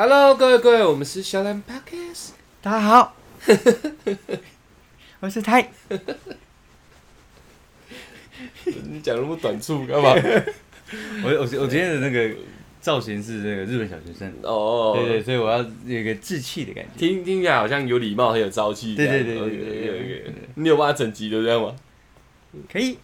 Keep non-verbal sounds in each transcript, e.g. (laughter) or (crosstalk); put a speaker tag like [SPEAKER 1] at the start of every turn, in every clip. [SPEAKER 1] Hello，各位各位，我们是小兰 Podcast。
[SPEAKER 2] 大家好， (laughs) 我是泰。
[SPEAKER 1] 你讲那么短促干嘛？
[SPEAKER 2] 我我我今天的那个造型是那个日本小学生，
[SPEAKER 1] (laughs) 哦，
[SPEAKER 2] 对对，所以我要有一个稚气的感觉。
[SPEAKER 1] 听听起来好像有礼貌，很啊哦有朝气这
[SPEAKER 2] 对
[SPEAKER 1] 样。
[SPEAKER 2] 对对对
[SPEAKER 1] OK，OK，OK。
[SPEAKER 2] 对对对，
[SPEAKER 1] 你有办法整集都这样吗
[SPEAKER 2] 可以。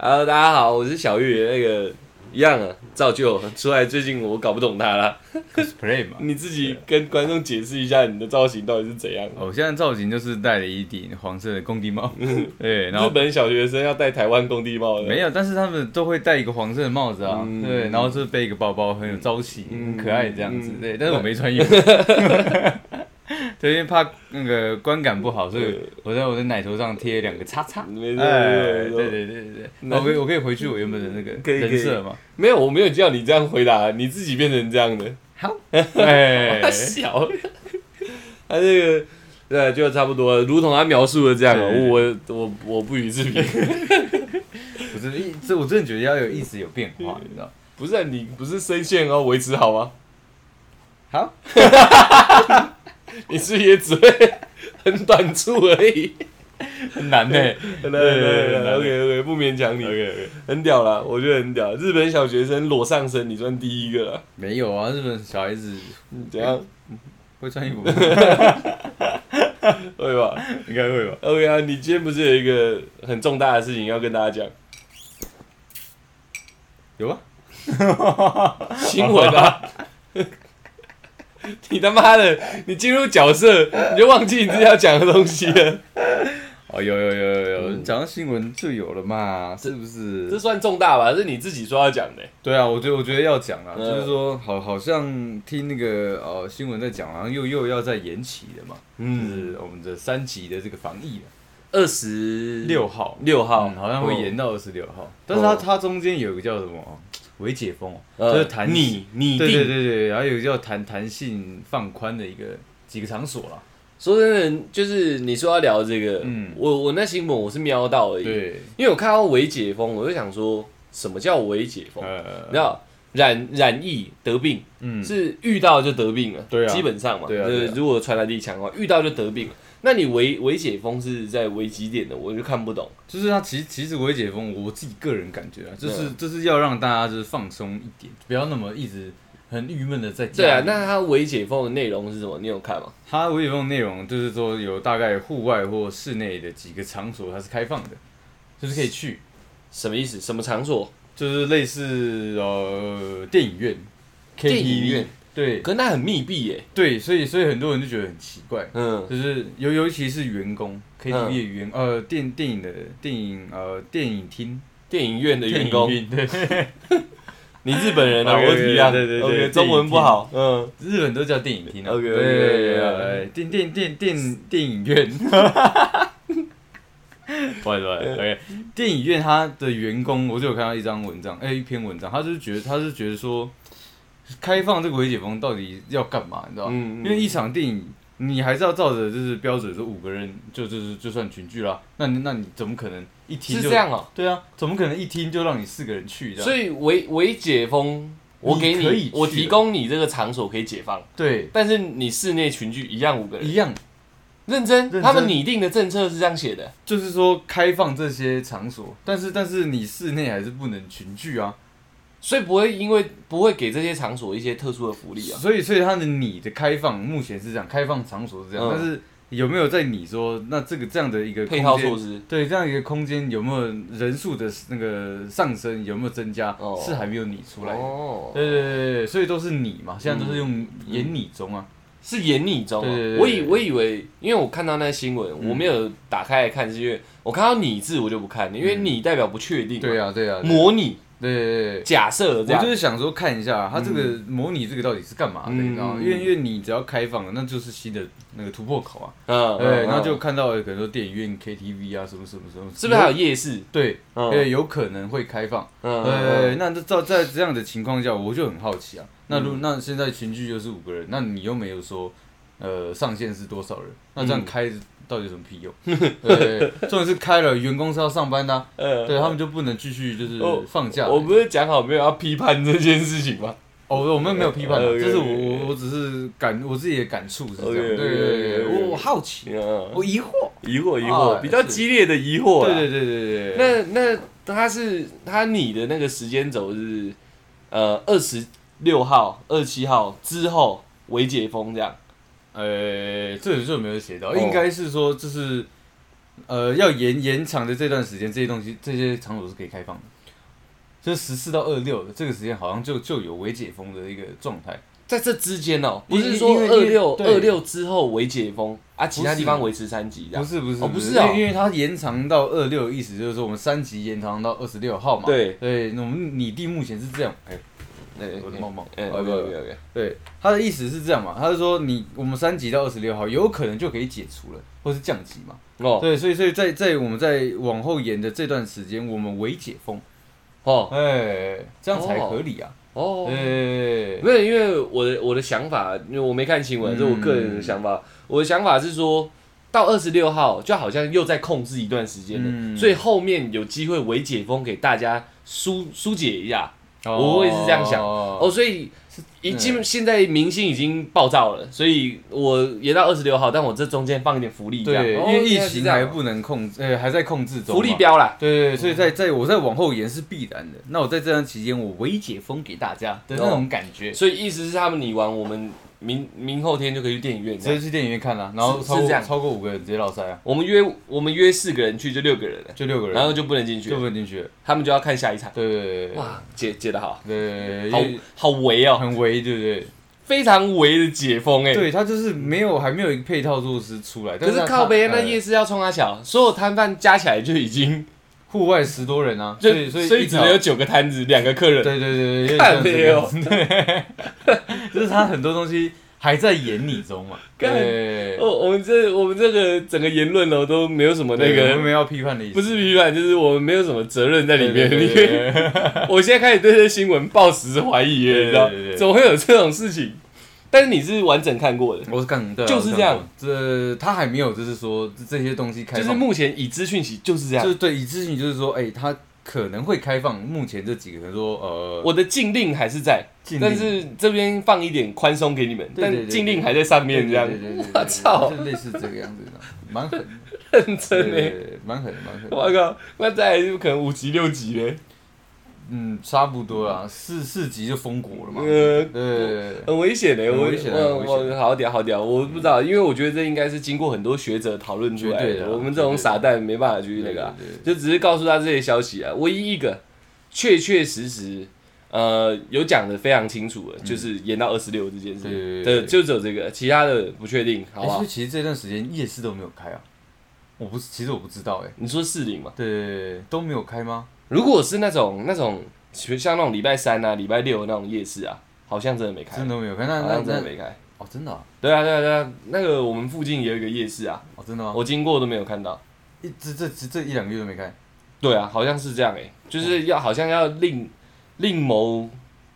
[SPEAKER 1] ？Hello，大家好，我是小玉，那个一样啊，照旧。出来最近我搞不懂他啦，
[SPEAKER 2] cosplay 嘛，
[SPEAKER 1] 你自己跟观众解释一下你的造型到底是怎样。
[SPEAKER 2] 哦我现在造型就是戴了一顶黄色的工地帽，
[SPEAKER 1] 嗯
[SPEAKER 2] (laughs) 对，然
[SPEAKER 1] 日
[SPEAKER 2] 后
[SPEAKER 1] 本小学生要戴台湾工地帽的，
[SPEAKER 2] 没有，但是他们都会戴一个黄色的帽子啊，
[SPEAKER 1] 嗯
[SPEAKER 2] 对，然后就是背一个包包，很有朝气，
[SPEAKER 1] 嗯
[SPEAKER 2] 很可爱这样子
[SPEAKER 1] 嗯，
[SPEAKER 2] 对，但是我没穿衣服。 (laughs) 对，因为怕那个观感不好，所以我在我的奶头上贴两个叉叉。
[SPEAKER 1] 没错
[SPEAKER 2] 哎，
[SPEAKER 1] 没错
[SPEAKER 2] 对对对对对，我可以我可以回去我原本的那
[SPEAKER 1] 可
[SPEAKER 2] 个
[SPEAKER 1] 以可以
[SPEAKER 2] 人设嘛？
[SPEAKER 1] 没有，我没有叫你这样回答，你自己变成这样的。
[SPEAKER 2] 好， (laughs) 哎
[SPEAKER 1] 他，小， (laughs) 他这个对，就差不多了，如同他描述的这样哦、
[SPEAKER 2] 对
[SPEAKER 1] 我我我不予置评。 (laughs)
[SPEAKER 2] 我真的一这我真的觉得要有意识有变化，你知道？
[SPEAKER 1] 不是啊、你不是声线要维持好吗？
[SPEAKER 2] 好，
[SPEAKER 1] 你是不是也只会 (laughs) 很短促而已。
[SPEAKER 2] 很难 (laughs) 呢。
[SPEAKER 1] 对对对
[SPEAKER 2] 对对对
[SPEAKER 1] ，OK OK，不勉强你
[SPEAKER 2] OK，
[SPEAKER 1] 很屌啦，我觉得很屌。日本小学生裸上身，你算第一个了。
[SPEAKER 2] 没有啊，日本小孩子
[SPEAKER 1] 你怎样？
[SPEAKER 2] 会穿衣服吗？
[SPEAKER 1] 对吧
[SPEAKER 2] (laughs) 应该会吧？
[SPEAKER 1] ？OK 啊，你今天不是有一个很重大的事情要跟大家讲？
[SPEAKER 2] 有啊，
[SPEAKER 1] 新闻啊！ (laughs) 你他妈的，你进入角色，你就忘记你自己要讲的东西了。
[SPEAKER 2] 哦，有有有有有，讲到新闻就有了嘛，是
[SPEAKER 1] (laughs)
[SPEAKER 2] 不
[SPEAKER 1] 这
[SPEAKER 2] 是？
[SPEAKER 1] 算重大吧？是你自己说要讲的、
[SPEAKER 2] 对啊，我觉得我觉得要讲啊，
[SPEAKER 1] 嗯
[SPEAKER 2] 就是说，好，好像听那个呃新闻在讲，好像又又要再延期了嘛，
[SPEAKER 1] 嗯
[SPEAKER 2] 就是我们的三级的这个防疫啊，
[SPEAKER 1] 二十
[SPEAKER 2] 六号，
[SPEAKER 1] 六号、
[SPEAKER 2] 嗯，好像
[SPEAKER 1] 哦
[SPEAKER 2] 会延到二十六号，但是它它中间有一个叫什么微解封哦，
[SPEAKER 1] 呃，
[SPEAKER 2] 就是弹
[SPEAKER 1] 你你
[SPEAKER 2] 对
[SPEAKER 1] 定。
[SPEAKER 2] 对对对，然后有一个叫弹弹性放宽的一个几个场所啦，
[SPEAKER 1] 说真的，就是你说要聊这个，
[SPEAKER 2] 嗯
[SPEAKER 1] 我我那新闻我是瞄到而已，
[SPEAKER 2] 对，
[SPEAKER 1] 因为我看到微解封，我就想说什么叫微解封？你
[SPEAKER 2] 呃
[SPEAKER 1] 知，道染染疫得病，
[SPEAKER 2] 嗯，
[SPEAKER 1] 是遇到就得病了，
[SPEAKER 2] 对啊
[SPEAKER 1] 基本上嘛，
[SPEAKER 2] 对啊
[SPEAKER 1] 就是
[SPEAKER 2] 对啊
[SPEAKER 1] 如果传染力强的话，遇到就得病了。那你维维解封是在维几点的，我就看不懂。
[SPEAKER 2] 就是它其实其实微解封，我自己个人感觉啊，就是
[SPEAKER 1] 对
[SPEAKER 2] 就是要让大家就是放松一点，不要那么一直很郁闷的在家里。
[SPEAKER 1] 对啊，那它维解封的内容是什么？你有看吗？
[SPEAKER 2] 它微解封的内容就是说有大概户外或室内的几个场所它是开放的，就是可以去，
[SPEAKER 1] 什么意思？什么场所？
[SPEAKER 2] 就是类似呃电影院、
[SPEAKER 1] 电影
[SPEAKER 2] KTV
[SPEAKER 1] 院，
[SPEAKER 2] 对
[SPEAKER 1] 可是那很密闭耶、
[SPEAKER 2] 对，所以所以很多人就觉得很奇怪，
[SPEAKER 1] 嗯，
[SPEAKER 2] 就是尤尤其是员工 KTV 的员、呃电电影的电影呃电影厅
[SPEAKER 1] 电影院的员工，
[SPEAKER 2] 电影院对，
[SPEAKER 1] (laughs) 你日本
[SPEAKER 2] (laughs)
[SPEAKER 1] 人啊，
[SPEAKER 2] OK，
[SPEAKER 1] 我体谅。
[SPEAKER 2] 对对对
[SPEAKER 1] OK，
[SPEAKER 2] 电影
[SPEAKER 1] 中文不好。嗯，
[SPEAKER 2] 日本都叫电影厅啊。
[SPEAKER 1] OK，OK，
[SPEAKER 2] 对对
[SPEAKER 1] OK，OK，
[SPEAKER 2] 对对
[SPEAKER 1] OK
[SPEAKER 2] 对电电电电电影院。 (laughs)
[SPEAKER 1] 呃
[SPEAKER 2] 不好意思不好意思，OK，电影院它的员工，我就有看到一张文章，哎、一篇文章，他就是觉得，他是觉得说，开放这个微解封到底要干嘛，你知道吗？
[SPEAKER 1] 嗯嗯
[SPEAKER 2] 因为一场电影，你还是要照着就是标准说五个人就就是就算群聚啦，那你那你怎么可能一听
[SPEAKER 1] 是
[SPEAKER 2] 就是
[SPEAKER 1] 这？样哦、
[SPEAKER 2] 对啊，怎么可能一听就让你四个人去这样？
[SPEAKER 1] 所
[SPEAKER 2] 以
[SPEAKER 1] 以维维解封，我给
[SPEAKER 2] 你可以
[SPEAKER 1] 你
[SPEAKER 2] 去，
[SPEAKER 1] 我提供你这个场所可以解放，
[SPEAKER 2] 对，
[SPEAKER 1] 但是你室内群聚一样五个人。
[SPEAKER 2] 一样
[SPEAKER 1] 认真，
[SPEAKER 2] 认真
[SPEAKER 1] 他们拟定的政策是这样写的。
[SPEAKER 2] 就是说开放这些场所，但是但是你室内还是不能群聚啊，
[SPEAKER 1] 所以不会因为不会给这些场所一些特殊的福利啊。
[SPEAKER 2] 所以所以它的你的开放目前是这样，开放场所是这样，
[SPEAKER 1] 嗯
[SPEAKER 2] 但是有没有在你说那这个这样的一个
[SPEAKER 1] 配套
[SPEAKER 2] 空间
[SPEAKER 1] 措施，
[SPEAKER 2] 对这样一个空间有没有人数的那个上升有没有增加、
[SPEAKER 1] 哦
[SPEAKER 2] 是还没有你出来的，
[SPEAKER 1] 哦，嗯
[SPEAKER 2] 对对对对，所以都是你嘛，现在都是用言你中啊，
[SPEAKER 1] 是演你中、
[SPEAKER 2] 对对
[SPEAKER 1] 啊。
[SPEAKER 2] 嗯对
[SPEAKER 1] 我以我以为，因为我看到那新闻，我没有打开来看，是因为我看到你字我就不看了，因为你代表不确定嘛，
[SPEAKER 2] 对嗯啊对啊，对
[SPEAKER 1] 模拟
[SPEAKER 2] 对对对。
[SPEAKER 1] 假设这
[SPEAKER 2] 我
[SPEAKER 1] 样
[SPEAKER 2] 就。是想说看一下它这个模拟这个到底是干嘛的，
[SPEAKER 1] 嗯
[SPEAKER 2] 你知道吗？因为因为你只要开放了，那就是新的那个突破口啊。
[SPEAKER 1] 嗯，
[SPEAKER 2] 对，
[SPEAKER 1] 嗯
[SPEAKER 2] 然后就
[SPEAKER 1] 嗯
[SPEAKER 2] 看到有可能说电影院、KTV 啊，什么什么什么，
[SPEAKER 1] 是不是还有夜市？
[SPEAKER 2] 对，
[SPEAKER 1] 嗯
[SPEAKER 2] 对，有可能会开放。
[SPEAKER 1] 嗯
[SPEAKER 2] 对，
[SPEAKER 1] 嗯，
[SPEAKER 2] 那这照在这样的情况下，我就很好奇啊。那
[SPEAKER 1] 嗯
[SPEAKER 2] 如那现在群聚就是五个人，那你又没有说，呃，上限是多少人？那这样开到底有什么屁用？对，重点是开了，员工是要上班的啊，
[SPEAKER 1] 嗯
[SPEAKER 2] 对他们就不能继续就是
[SPEAKER 1] 哦
[SPEAKER 2] 放假。
[SPEAKER 1] 我不是讲好没有要批判这件事情吗？
[SPEAKER 2] 哦，我们没有批判啊，
[SPEAKER 1] OK，OK，OK
[SPEAKER 2] 就是我我我只是感我自己的感触是这样，对
[SPEAKER 1] OK，OK，OK，
[SPEAKER 2] 对对，
[SPEAKER 1] OK，OK，OK
[SPEAKER 2] 我我好奇，啊
[SPEAKER 1] 嗯，
[SPEAKER 2] 我疑惑，
[SPEAKER 1] 疑惑疑惑，
[SPEAKER 2] 啊
[SPEAKER 1] 比较
[SPEAKER 2] 是
[SPEAKER 1] 激烈的疑惑啦。
[SPEAKER 2] 对对对对对，
[SPEAKER 1] 那那他是他你的那个时间轴是呃二十六号、二十七号之后为解封这样。
[SPEAKER 2] 呃，这里就没有写到，
[SPEAKER 1] 哦
[SPEAKER 2] 应该是说就是呃要延延长的这段时间，这些东西这些场所是可以开放的，就是十四到二六这个时间好像就就有微解封的一个状态，
[SPEAKER 1] 在这之间哦、不
[SPEAKER 2] 因
[SPEAKER 1] 是说
[SPEAKER 2] 因为
[SPEAKER 1] 二六
[SPEAKER 2] 对
[SPEAKER 1] 二六之后为解封啊，其他地方维持三级这
[SPEAKER 2] 不
[SPEAKER 1] 样。
[SPEAKER 2] 是不是
[SPEAKER 1] 哦不是
[SPEAKER 2] 因为
[SPEAKER 1] 哦
[SPEAKER 2] 因为它延长到二六，意思就是说我们三级延长到二十六号嘛，
[SPEAKER 1] 对
[SPEAKER 2] 对，那我们拟定目前是这样，哎，
[SPEAKER 1] 对
[SPEAKER 2] 我的猫猫
[SPEAKER 1] 哎，
[SPEAKER 2] 哦
[SPEAKER 1] 不
[SPEAKER 2] 不
[SPEAKER 1] 不
[SPEAKER 2] 不
[SPEAKER 1] 不不，
[SPEAKER 2] 对，他的意思是这样嘛，他是说你我们三级到二十六号有可能就可以解除了，或是降级嘛。
[SPEAKER 1] 哦
[SPEAKER 2] 对，所以所以在在我们在往后延的这段时间，我们微解封，
[SPEAKER 1] 哦
[SPEAKER 2] 哎，这样才合理啊。
[SPEAKER 1] 哦，
[SPEAKER 2] 哎，
[SPEAKER 1] 没有，因为我的我的想法，因为我没看新闻，
[SPEAKER 2] 嗯
[SPEAKER 1] 这是我个人的想法。我的想法是说，到二十六号就好像又在控制一段时间了，
[SPEAKER 2] 嗯
[SPEAKER 1] 所以后面有机会微解封给大家疏疏解一下。我也是这样想
[SPEAKER 2] 哦，
[SPEAKER 1] 哦，所以已经
[SPEAKER 2] 嗯
[SPEAKER 1] 现在明星已经爆炸了，所以我也到二十六号，但我这中间放一点福利，这样
[SPEAKER 2] 对，因
[SPEAKER 1] 哦
[SPEAKER 2] 为疫
[SPEAKER 1] 原来是
[SPEAKER 2] 情
[SPEAKER 1] 这样
[SPEAKER 2] 还不能控制，哎，还在控制中
[SPEAKER 1] 福
[SPEAKER 2] 嘛。
[SPEAKER 1] 利标啦。
[SPEAKER 2] 对，对对，所以在在我在往后延是必然的。那我在这段期间，我微解封给大家的那种感觉，
[SPEAKER 1] 所以意思是他们你玩，我们明明后天就可以去电影院
[SPEAKER 2] 直
[SPEAKER 1] 这
[SPEAKER 2] 接
[SPEAKER 1] 样。
[SPEAKER 2] 去电影院看啊，然
[SPEAKER 1] 是
[SPEAKER 2] 后
[SPEAKER 1] 是
[SPEAKER 2] 超过
[SPEAKER 1] 这样
[SPEAKER 2] 超过五个人直接落塞啊，
[SPEAKER 1] 我们约我们约四个人去，就六个人了，
[SPEAKER 2] 就六个人，
[SPEAKER 1] 然后就不能进去
[SPEAKER 2] 就，不能进去了。
[SPEAKER 1] 他们就要看下一场。
[SPEAKER 2] 对对对对，
[SPEAKER 1] 哇，解解的好，
[SPEAKER 2] 对，
[SPEAKER 1] 好
[SPEAKER 2] 对
[SPEAKER 1] 好围
[SPEAKER 2] 对
[SPEAKER 1] 哦，
[SPEAKER 2] 很微，对不对？
[SPEAKER 1] 非常围的解封哎。
[SPEAKER 2] 对，它就是没有还没有一个配套措施出来，
[SPEAKER 1] 可
[SPEAKER 2] 但哎
[SPEAKER 1] 是
[SPEAKER 2] 它
[SPEAKER 1] 靠北
[SPEAKER 2] 它
[SPEAKER 1] 那夜市要冲阿小，所有摊贩加起来就已经
[SPEAKER 2] 户外十多人啊，所
[SPEAKER 1] 就
[SPEAKER 2] 以所以
[SPEAKER 1] 所以
[SPEAKER 2] 一
[SPEAKER 1] 只
[SPEAKER 2] 条
[SPEAKER 1] 能有九个摊子，两个客人。 (laughs)
[SPEAKER 2] 对对对对，
[SPEAKER 1] 靠
[SPEAKER 2] 对
[SPEAKER 1] 北
[SPEAKER 2] 有
[SPEAKER 1] 哦
[SPEAKER 2] 点像这个样子就是它很多东西还在演你中嘛，
[SPEAKER 1] 干
[SPEAKER 2] 对，
[SPEAKER 1] 哦， (laughs) 我们这我们这个整个言论哦都没有什么那
[SPEAKER 2] 对我们
[SPEAKER 1] 个，
[SPEAKER 2] 没有要批判的意思，
[SPEAKER 1] 不是批判，就是我们没有什么责任在里面。
[SPEAKER 2] 对对
[SPEAKER 1] 因
[SPEAKER 2] 对
[SPEAKER 1] 为
[SPEAKER 2] 对对
[SPEAKER 1] (laughs) 我现在开始对这新闻抱持怀疑了，
[SPEAKER 2] 对
[SPEAKER 1] 你知道
[SPEAKER 2] 对对对
[SPEAKER 1] 怎么会有这种事情？但是你是完整看过的，
[SPEAKER 2] 我是干，对啊
[SPEAKER 1] 就是这样，
[SPEAKER 2] 我是干这它还没有就是说这这些东西开
[SPEAKER 1] 就是
[SPEAKER 2] 放，
[SPEAKER 1] 目前已知讯息就是这样
[SPEAKER 2] 就。是对，以致你就是说，哎，它可能会开放，目前这几个人说，呃，
[SPEAKER 1] 我的禁令还是在，
[SPEAKER 2] 禁令
[SPEAKER 1] 但是这边放一点宽松给你们，
[SPEAKER 2] 对对对
[SPEAKER 1] 但禁令还在上面这样。
[SPEAKER 2] 我
[SPEAKER 1] 我操，
[SPEAKER 2] 就类似这个样子，蛮狠的，
[SPEAKER 1] 认 (laughs) 真
[SPEAKER 2] 对
[SPEAKER 1] 嘞！
[SPEAKER 2] 对对呃蛮狠的，蛮狠的。
[SPEAKER 1] 我靠，那再来就可能五级六级嘞，
[SPEAKER 2] 嗯，差不多啦，四四级就封国了嘛。
[SPEAKER 1] 呃，
[SPEAKER 2] 对，
[SPEAKER 1] 很危险嘞！
[SPEAKER 2] 很
[SPEAKER 1] 我
[SPEAKER 2] 危险啊
[SPEAKER 1] 我
[SPEAKER 2] 很危险
[SPEAKER 1] 我好屌好屌，我不知道，因为我觉得这应该是经过很多学者讨论出来
[SPEAKER 2] 绝对的啊
[SPEAKER 1] 我们这种傻蛋没办法去那个啊
[SPEAKER 2] 对哎对，
[SPEAKER 1] 就只是告诉他这些消息啊。唯一一个确确实实，呃，有讲的非常清楚的，就是延到二十六这件
[SPEAKER 2] 嗯
[SPEAKER 1] 事，
[SPEAKER 2] 对对对
[SPEAKER 1] 对，
[SPEAKER 2] 对
[SPEAKER 1] 就只有这个，其他的不确定，好啊
[SPEAKER 2] 哎，
[SPEAKER 1] 不
[SPEAKER 2] 所
[SPEAKER 1] 好
[SPEAKER 2] 以？其实这段时间夜市都没有开啊。我不是，其实我不知道，哎，
[SPEAKER 1] 你说四零嘛？
[SPEAKER 2] 对，都没有开吗？
[SPEAKER 1] 如果是那种那种，像那种礼拜三啊、礼拜六那种夜市啊，好像真的没开，
[SPEAKER 2] 真的都没有开，那
[SPEAKER 1] 好
[SPEAKER 2] 那
[SPEAKER 1] 像真的
[SPEAKER 2] 那
[SPEAKER 1] 没开。
[SPEAKER 2] 哦，真的啊，
[SPEAKER 1] 对啊，对啊，对啊，那个我们附近也有一个夜市啊，
[SPEAKER 2] 哦，真的吗？
[SPEAKER 1] 我经过都没有看到。
[SPEAKER 2] 一这这这这一两个月都没开，
[SPEAKER 1] 对啊，好像是这样诶、就是要好像要另另谋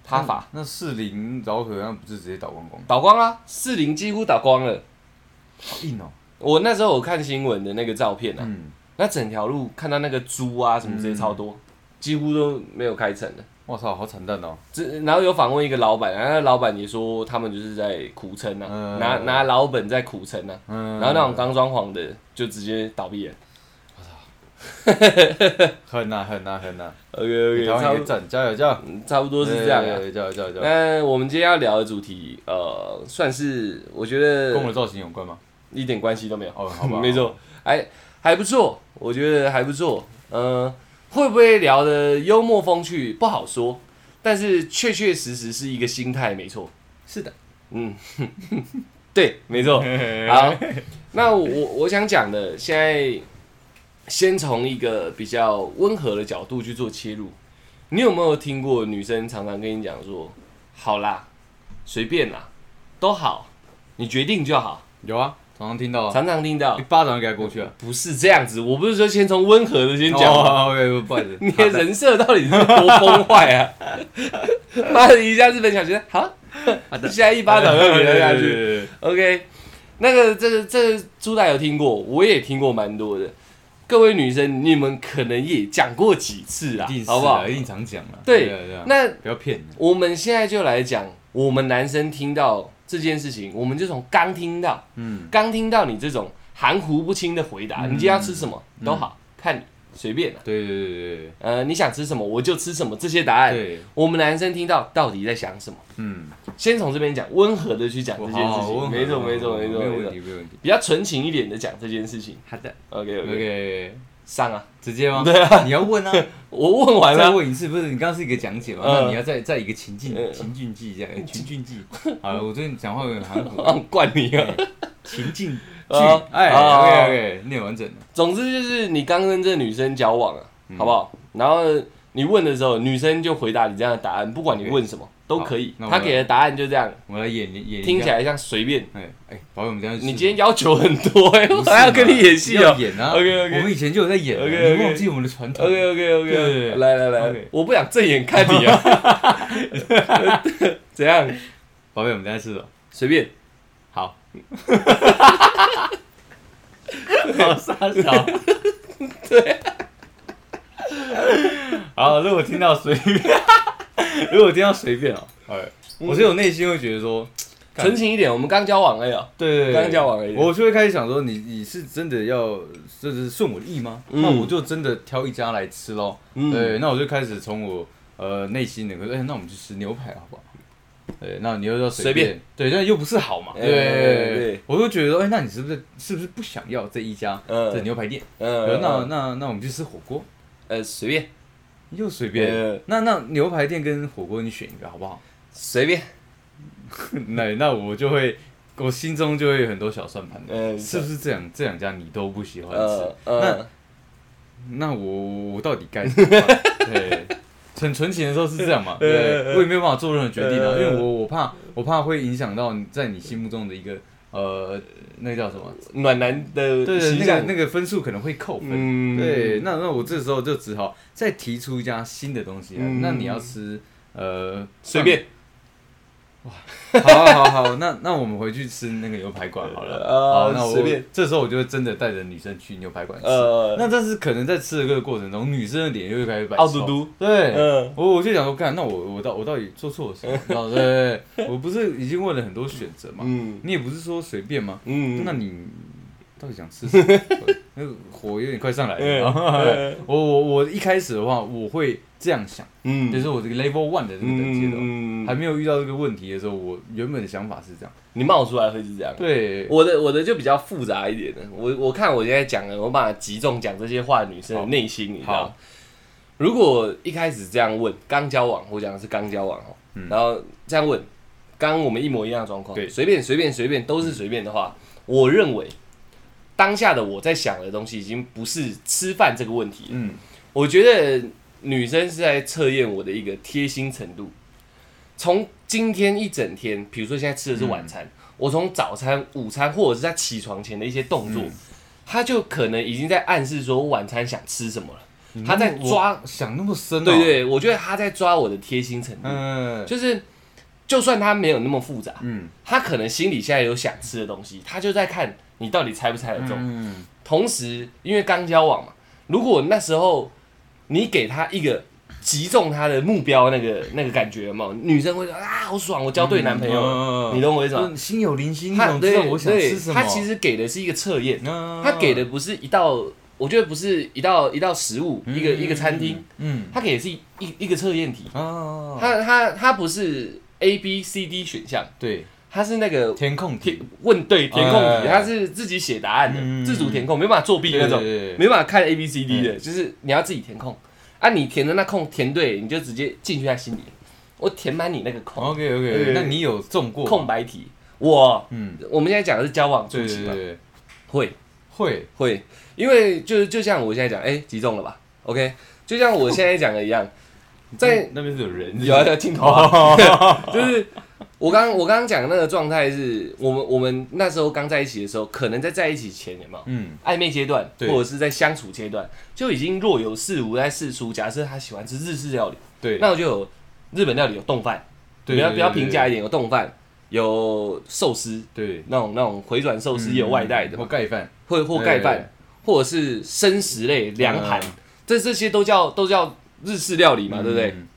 [SPEAKER 1] 他法，
[SPEAKER 2] 那士林饶河那不是直接倒光光，
[SPEAKER 1] 倒光啊，四零几乎倒光了。
[SPEAKER 2] 好硬哦。
[SPEAKER 1] 我那时候我看新闻的那个照片啊，
[SPEAKER 2] 嗯，
[SPEAKER 1] 那整条路看到那个猪啊什么这些超多，几乎都没有开成的。
[SPEAKER 2] 我操，好惨淡哦。
[SPEAKER 1] 这然后有访问一个老板，然后那老板也说他们就是在苦撑啊，
[SPEAKER 2] 嗯
[SPEAKER 1] 拿拿老本在苦撑啊。
[SPEAKER 2] 嗯，
[SPEAKER 1] 然后那种刚装潢的就直接倒闭了。
[SPEAKER 2] 狠呐狠呐狠呐，啊
[SPEAKER 1] OK
[SPEAKER 2] 给
[SPEAKER 1] OK，
[SPEAKER 2] 台湾
[SPEAKER 1] 差不
[SPEAKER 2] 一个
[SPEAKER 1] 多
[SPEAKER 2] 赞，加油加油，
[SPEAKER 1] 差不多是这样
[SPEAKER 2] 对
[SPEAKER 1] 啊。
[SPEAKER 2] 对对加油加油加油，
[SPEAKER 1] 那我们今天要聊的主题，呃，算是我觉
[SPEAKER 2] 跟我的
[SPEAKER 1] 得
[SPEAKER 2] 造型有关吗？
[SPEAKER 1] 一点关系都没有。(laughs)
[SPEAKER 2] 哦，好吧，
[SPEAKER 1] 没错，还还不错，我觉得还不错。呃，会不会聊的幽默风趣不好说，但是确确实实是一个心态，没错。
[SPEAKER 2] 是的，
[SPEAKER 1] 嗯， (laughs) 对，没错。
[SPEAKER 2] (laughs)
[SPEAKER 1] 好，那我我想讲的，现在先从一个比较温和的角度去做切入。你有没有听过女生常常跟你讲说：“好啦，随便啦，都好，你决定就好。
[SPEAKER 2] 有啊，常常听到”啊，
[SPEAKER 1] 常常听到
[SPEAKER 2] 一，巴掌给他过去啊。
[SPEAKER 1] 哦哎不是这样子，我不是说先从温和的 (laughs) 先
[SPEAKER 2] 哦
[SPEAKER 1] 讲吗，
[SPEAKER 2] ，OK，不
[SPEAKER 1] (laughs)
[SPEAKER 2] 好意思，
[SPEAKER 1] 你的人设到底是多崩坏
[SPEAKER 2] (laughs)
[SPEAKER 1] 啊！妈的，一下子被小学好，现在一巴掌又给了下去。
[SPEAKER 2] (laughs) 去。
[SPEAKER 1] OK，那个这个这个朱大有听过，我也听过蛮多的。各位女生，你们可能也讲过几次啊
[SPEAKER 2] 一定，是
[SPEAKER 1] 好不好
[SPEAKER 2] 啊一？定常讲了。
[SPEAKER 1] 对
[SPEAKER 2] 啊对啊，
[SPEAKER 1] 那
[SPEAKER 2] 不要骗人。
[SPEAKER 1] 我们现在就来讲，我们男生听到这件事情，我们就从刚听到，
[SPEAKER 2] 嗯，
[SPEAKER 1] 刚听到你这种含糊不清的回答，
[SPEAKER 2] 嗯
[SPEAKER 1] 你今天要吃什么都好，看你随便、啊，
[SPEAKER 2] 对对对对
[SPEAKER 1] 呃，你想吃什么我就吃什么，这些答案，
[SPEAKER 2] 对，
[SPEAKER 1] 我们男生听到到底在想什么？
[SPEAKER 2] 嗯，
[SPEAKER 1] 先从这边讲，温和的去讲这
[SPEAKER 2] 我
[SPEAKER 1] 件
[SPEAKER 2] 好
[SPEAKER 1] 事
[SPEAKER 2] 好
[SPEAKER 1] 情，
[SPEAKER 2] 哦温和
[SPEAKER 1] 没错
[SPEAKER 2] 好
[SPEAKER 1] 没错
[SPEAKER 2] 好
[SPEAKER 1] 没错
[SPEAKER 2] 没有
[SPEAKER 1] 没
[SPEAKER 2] 问
[SPEAKER 1] 错
[SPEAKER 2] 题，，没有问题。
[SPEAKER 1] 比较纯情一点的讲这件事情。
[SPEAKER 2] 好的
[SPEAKER 1] OK OK，
[SPEAKER 2] ，OK，
[SPEAKER 1] 上啊，
[SPEAKER 2] 直接吗？
[SPEAKER 1] 对
[SPEAKER 2] 啊，你要
[SPEAKER 1] (laughs)
[SPEAKER 2] 问啊，
[SPEAKER 1] 我问完
[SPEAKER 2] 再
[SPEAKER 1] 了，
[SPEAKER 2] 问一次，不是你刚刚是一个讲解嘛？
[SPEAKER 1] 嗯
[SPEAKER 2] 那你要再再一个情境
[SPEAKER 1] 嗯
[SPEAKER 2] 情境记
[SPEAKER 1] (laughs)
[SPEAKER 2] 一下，哎情境记。好了，我最近讲话有点含糊。
[SPEAKER 1] 啊惯你啊。
[SPEAKER 2] 哎情境剧
[SPEAKER 1] 哦，
[SPEAKER 2] 哎
[SPEAKER 1] 哦
[SPEAKER 2] ，OK OK，念完整了。
[SPEAKER 1] 总之就是你刚跟这个女生交往啊，
[SPEAKER 2] 嗯
[SPEAKER 1] 好不好？然后你问的时候，女生就回答你这样的答案，不管你问什么都可以。
[SPEAKER 2] 那我
[SPEAKER 1] 她给的答案就这样，
[SPEAKER 2] 我来演演一
[SPEAKER 1] 听起
[SPEAKER 2] 下。
[SPEAKER 1] 来像随便。
[SPEAKER 2] 哎哎，宝贝，我们等一下
[SPEAKER 1] 你今天要求很多哎、我还要跟你演戏哦
[SPEAKER 2] 要。演啊
[SPEAKER 1] OK，OK
[SPEAKER 2] 我们以前就有在演啊，
[SPEAKER 1] OK，OK
[SPEAKER 2] 你忘记我们的传统
[SPEAKER 1] OK OK
[SPEAKER 2] 对对
[SPEAKER 1] OK，
[SPEAKER 2] 对
[SPEAKER 1] 来来来
[SPEAKER 2] OK，
[SPEAKER 1] 我不想正眼看你
[SPEAKER 2] (laughs)
[SPEAKER 1] 啊。怎样？
[SPEAKER 2] 宝贝，我们等一下吃
[SPEAKER 1] (laughs)
[SPEAKER 2] 了。
[SPEAKER 1] 随便。
[SPEAKER 2] 好，好傻笑。对，好，如果听到随便， (laughs) 如果听到随便哦，哎，我是有内心会觉得说，干
[SPEAKER 1] 纯情一点，我们刚交往哎呀。
[SPEAKER 2] 对对对，
[SPEAKER 1] 刚交往而已
[SPEAKER 2] 我就会开始想说，你你是真的要就是顺我的意吗？
[SPEAKER 1] 嗯
[SPEAKER 2] 那我就真的挑一家来吃喽。
[SPEAKER 1] 嗯
[SPEAKER 2] 对，那我就开始从我呃内心的，可是哎、那我们去吃牛排好不好？对，那你又要随
[SPEAKER 1] 随便
[SPEAKER 2] 对，但又不是好嘛。
[SPEAKER 1] 哎
[SPEAKER 2] 对对，
[SPEAKER 1] 对
[SPEAKER 2] 对我就觉得，哎、那你是不是是不是不想要这一家、
[SPEAKER 1] 嗯
[SPEAKER 2] 这牛排店？呃
[SPEAKER 1] 呃，
[SPEAKER 2] 那那那我们去吃火锅，
[SPEAKER 1] 呃随便
[SPEAKER 2] 又随便。
[SPEAKER 1] 嗯
[SPEAKER 2] 那那牛排店跟火锅你选一个好不 (laughs) 好？
[SPEAKER 1] 随便，
[SPEAKER 2] 那那我就会，我心中就会有很多小算盘的，
[SPEAKER 1] 嗯
[SPEAKER 2] 呃是不是这两这两家你都不喜欢吃？
[SPEAKER 1] 呃呃，
[SPEAKER 2] (laughs) 那那我我到底该怎么
[SPEAKER 1] (laughs)
[SPEAKER 2] 办？对，很纯情的时候是这样嘛，对，我也没有办法做任何决定啊，
[SPEAKER 1] 呃
[SPEAKER 2] 因为我我怕我怕会影响到你在你心目中的一个呃，那个叫什么？
[SPEAKER 1] 暖男的
[SPEAKER 2] 对对，
[SPEAKER 1] 形
[SPEAKER 2] 那个
[SPEAKER 1] 象
[SPEAKER 2] 那个分数可能会扣分。
[SPEAKER 1] 嗯
[SPEAKER 2] 对，那那我这时候就只好再提出一家新的东西来。啊
[SPEAKER 1] 嗯
[SPEAKER 2] 那你要吃呃
[SPEAKER 1] 随便。
[SPEAKER 2] (laughs) 好好好，那那我们回去吃那个牛排馆好了。
[SPEAKER 1] (laughs) 呃
[SPEAKER 2] 好，那
[SPEAKER 1] 随
[SPEAKER 2] 我
[SPEAKER 1] 便
[SPEAKER 2] 这时候我就会真的带着女生去牛排馆吃。
[SPEAKER 1] 呃
[SPEAKER 2] 那但是可能在吃的这个过程中，女生的脸就会开始摆
[SPEAKER 1] 凹嘟嘟
[SPEAKER 2] 臭。对，
[SPEAKER 1] 嗯
[SPEAKER 2] 我我就想说，干，那我我到我到底做错了什么？然
[SPEAKER 1] (laughs)
[SPEAKER 2] 后对，我不是已经问了很多选择嘛？
[SPEAKER 1] 嗯
[SPEAKER 2] 你也不是说随便吗？
[SPEAKER 1] 嗯，
[SPEAKER 2] 那你到底想吃什么？ (laughs) 那个火有点快上来了 (laughs)
[SPEAKER 1] 嗯。
[SPEAKER 2] 我我我一开始的话，我会这样想，
[SPEAKER 1] 嗯
[SPEAKER 2] 就是我这个 level one 的这个等级的哦。
[SPEAKER 1] 嗯，
[SPEAKER 2] 还没有遇到这个问题的时候，我原本的想法是这样。
[SPEAKER 1] 你冒出来会是这样。
[SPEAKER 2] 对，
[SPEAKER 1] 嗯我的我的就比较复杂一点的，我我看我现在讲的，我把它集中讲这些话的女生的内心，你知道吗
[SPEAKER 2] 好？
[SPEAKER 1] 如果一开始这样问，刚交往，我讲的是刚交往哦，然后这样问，刚刚我们一模一样的状况，
[SPEAKER 2] 嗯对
[SPEAKER 1] 随便随便随便都是随便的话，我认为当下的我在想的东西已经不是吃饭这个问题了，
[SPEAKER 2] 嗯，
[SPEAKER 1] 我觉得女生是在测验我的一个贴心程度。从今天一整天，比如说现在吃的是晚餐，我从早餐、午餐，或者是在起床前的一些动作，她就可能已经在暗示说我晚餐想吃什么了。她在抓，
[SPEAKER 2] 想那么深、哦，
[SPEAKER 1] 对，对，嗯我觉得她在抓我的贴心程度，
[SPEAKER 2] 嗯，
[SPEAKER 1] 就是就算她没有那么复杂，
[SPEAKER 2] 嗯
[SPEAKER 1] 她可能心里现在有想吃的东西，她就在看你到底猜不猜得中。
[SPEAKER 2] 嗯，
[SPEAKER 1] 同时，因为刚交往嘛，如果那时候你给他一个击中他的目标那个那个感觉嘛，女生会说啊，好爽，我交对男朋友了，
[SPEAKER 2] 嗯嗯嗯
[SPEAKER 1] 你懂我意思
[SPEAKER 2] 就
[SPEAKER 1] 吗？
[SPEAKER 2] 是心有灵犀，你
[SPEAKER 1] 他
[SPEAKER 2] 总知
[SPEAKER 1] 对
[SPEAKER 2] 道我想吃
[SPEAKER 1] 对，
[SPEAKER 2] 什么。
[SPEAKER 1] 他其实给的是一个测验，
[SPEAKER 2] 嗯，
[SPEAKER 1] 他给的不是一道，我觉得不是一道一道食物，一个一个餐厅，，
[SPEAKER 2] 嗯
[SPEAKER 1] 他给的是一一一个测验题，
[SPEAKER 2] 啊，
[SPEAKER 1] 他他他不是 A B C D 选项，
[SPEAKER 2] 对
[SPEAKER 1] 他是那个
[SPEAKER 2] 填空
[SPEAKER 1] 填
[SPEAKER 2] 题，
[SPEAKER 1] 问对填空
[SPEAKER 2] 哎
[SPEAKER 1] 题，他是自己写答案的，
[SPEAKER 2] 嗯
[SPEAKER 1] 自主填空，没办法作弊那种
[SPEAKER 2] 对对对，对
[SPEAKER 1] 没办法看 A B C D
[SPEAKER 2] 嗯
[SPEAKER 1] 的，就是你要自己填空啊，你填的那空填对，你就直接进去他心里，我填满你那个空
[SPEAKER 2] OK
[SPEAKER 1] 对
[SPEAKER 2] OK，那哎你有中过吗
[SPEAKER 1] 空？白题，我
[SPEAKER 2] 嗯，
[SPEAKER 1] 我们现在讲的是交往初
[SPEAKER 2] 对
[SPEAKER 1] 期
[SPEAKER 2] 对
[SPEAKER 1] 嘛
[SPEAKER 2] 对，，对
[SPEAKER 1] 会
[SPEAKER 2] 会，
[SPEAKER 1] 会，因为就是就像我现在讲，哎，击中了吧？OK，就像我现在讲的一
[SPEAKER 2] (laughs)
[SPEAKER 1] 样，在
[SPEAKER 2] 那边是有哦人，
[SPEAKER 1] 有啊有镜头啊， (laughs) 就是我刚我刚刚讲的那个状态是，我们我们那时候刚在一起的时候，可能在在一起前有没有
[SPEAKER 2] 嗯，
[SPEAKER 1] 暧昧阶段，或
[SPEAKER 2] 对
[SPEAKER 1] 者是在相处阶段，就已经若有似无在试出。假设他喜欢吃日式料理，
[SPEAKER 2] 对，
[SPEAKER 1] 那我就有日本料理有冻饭，比
[SPEAKER 2] 对
[SPEAKER 1] 较
[SPEAKER 2] 对
[SPEAKER 1] 比较
[SPEAKER 2] 对
[SPEAKER 1] 平价一点，有冻饭，有寿司
[SPEAKER 2] 对，
[SPEAKER 1] 那种那种回转寿司也有外带的
[SPEAKER 2] 或
[SPEAKER 1] 嘛，
[SPEAKER 2] 盖饭，
[SPEAKER 1] 或或盖
[SPEAKER 2] 嗯对
[SPEAKER 1] 饭，或者是生食类凉盘，
[SPEAKER 2] 嗯
[SPEAKER 1] 这这些都叫都叫日式料理嘛，对不对？
[SPEAKER 2] 嗯？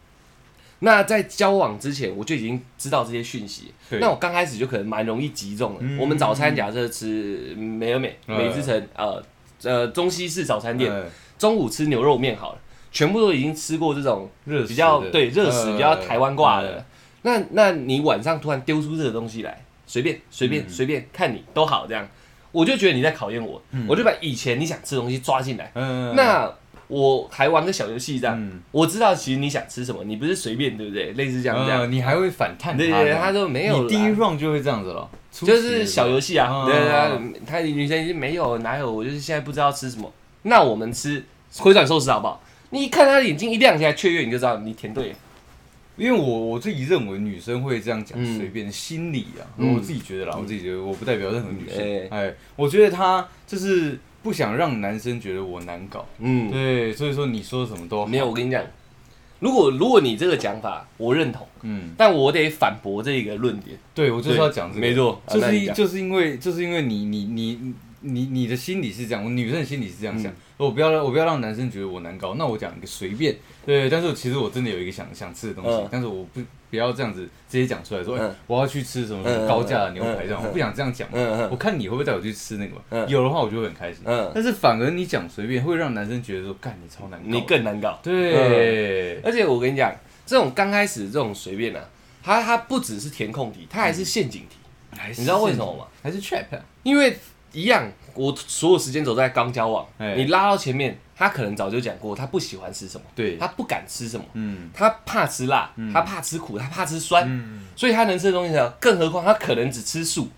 [SPEAKER 1] 那在交往之前，我就已经知道这些讯息。
[SPEAKER 2] 对
[SPEAKER 1] 那我刚开始就可能蛮容易集中的。
[SPEAKER 2] 嗯
[SPEAKER 1] 我们早餐假设吃美而美、
[SPEAKER 2] 嗯
[SPEAKER 1] 美之城，呃呃中西式早餐店，
[SPEAKER 2] 哎
[SPEAKER 1] 中午吃牛肉面好了，全部都已经吃过这种
[SPEAKER 2] 热食
[SPEAKER 1] 比较
[SPEAKER 2] 的
[SPEAKER 1] 对热食、比较台湾挂的。
[SPEAKER 2] 嗯
[SPEAKER 1] 那那你晚上突然丢出这个东西来，随便随便
[SPEAKER 2] 嗯
[SPEAKER 1] 随便看你都好这样，我就觉得你在考验我，我就把以前你想吃的东西抓进来。
[SPEAKER 2] 嗯，
[SPEAKER 1] 那我还玩个小游戏这样，
[SPEAKER 2] 嗯
[SPEAKER 1] 我知道其实你想吃什么，你不是随便对不对？类似这样这样。
[SPEAKER 2] 嗯你还会反探
[SPEAKER 1] 对
[SPEAKER 2] 他
[SPEAKER 1] 对对，
[SPEAKER 2] 吗
[SPEAKER 1] 他说没有
[SPEAKER 2] 你
[SPEAKER 1] 啦，
[SPEAKER 2] 第一 round 就会这样子了，出
[SPEAKER 1] 就
[SPEAKER 2] 血
[SPEAKER 1] 是
[SPEAKER 2] 了
[SPEAKER 1] 小游戏啊，
[SPEAKER 2] 嗯
[SPEAKER 1] 对对对，他女生已经没有哪有，我就是现在不知道吃什么，那我们吃回转寿司好不好？你一看他的眼睛一亮起来雀跃，你就知道你填对了。
[SPEAKER 2] 因为我我自己认为女生会这样讲，
[SPEAKER 1] 嗯
[SPEAKER 2] 随便心理啊，
[SPEAKER 1] 嗯
[SPEAKER 2] 我自己觉得啦，我自己觉得我不代表任何女生，
[SPEAKER 1] 哎
[SPEAKER 2] 哎、我觉得她就是不想让男生觉得我难搞，
[SPEAKER 1] 嗯，
[SPEAKER 2] 对，所以说你说什么都好
[SPEAKER 1] 没有，我，跟你讲，如果如果你这个讲法我认同，
[SPEAKER 2] 嗯，
[SPEAKER 1] 但我得反驳这个论点。
[SPEAKER 2] 对我就是要讲这个，
[SPEAKER 1] 对没错啊
[SPEAKER 2] 就
[SPEAKER 1] 那
[SPEAKER 2] 是
[SPEAKER 1] 你
[SPEAKER 2] 因
[SPEAKER 1] 讲
[SPEAKER 2] 就是因为就是因为你你你你你的心理是这样，我女生的心理是这样想，
[SPEAKER 1] 嗯
[SPEAKER 2] 我不要让我不要让男生觉得我难搞，那我讲一个随便，对，但是我其实我真的有一个想想吃的东西，
[SPEAKER 1] 嗯
[SPEAKER 2] 但是我不不要这样子直接讲出来说，哎、
[SPEAKER 1] 嗯
[SPEAKER 2] 我要去吃什么什
[SPEAKER 1] 嗯嗯
[SPEAKER 2] 么高价的牛
[SPEAKER 1] 嗯
[SPEAKER 2] 排这样，
[SPEAKER 1] 嗯
[SPEAKER 2] 我不想这样讲嘛，
[SPEAKER 1] 嗯
[SPEAKER 2] 我
[SPEAKER 1] 嗯
[SPEAKER 2] 看你会不会带我去吃那个嘛，
[SPEAKER 1] 嗯
[SPEAKER 2] 有的话我就会很开心，
[SPEAKER 1] 嗯，
[SPEAKER 2] 但是反而你讲随便会让男生觉得说，干你超难搞的，
[SPEAKER 1] 你更嗯难搞。
[SPEAKER 2] 对，
[SPEAKER 1] 而且我跟你讲，这种刚开始这种随便啊，它它不只是填空题，它还是陷阱题。
[SPEAKER 2] 还是
[SPEAKER 1] 你知道为什么吗？
[SPEAKER 2] 还是 trap，啊
[SPEAKER 1] 因为一样，我所有时间轴在刚交往，
[SPEAKER 2] 哎
[SPEAKER 1] 你拉到前面，他可能早就讲过，他不喜欢吃什么，
[SPEAKER 2] 对
[SPEAKER 1] 他，不敢吃什么，
[SPEAKER 2] 嗯
[SPEAKER 1] 他怕吃辣，
[SPEAKER 2] 嗯
[SPEAKER 1] 他怕吃苦，他怕吃酸，
[SPEAKER 2] 嗯，
[SPEAKER 1] 所以他能吃的东西呢，更何况他可能只吃素，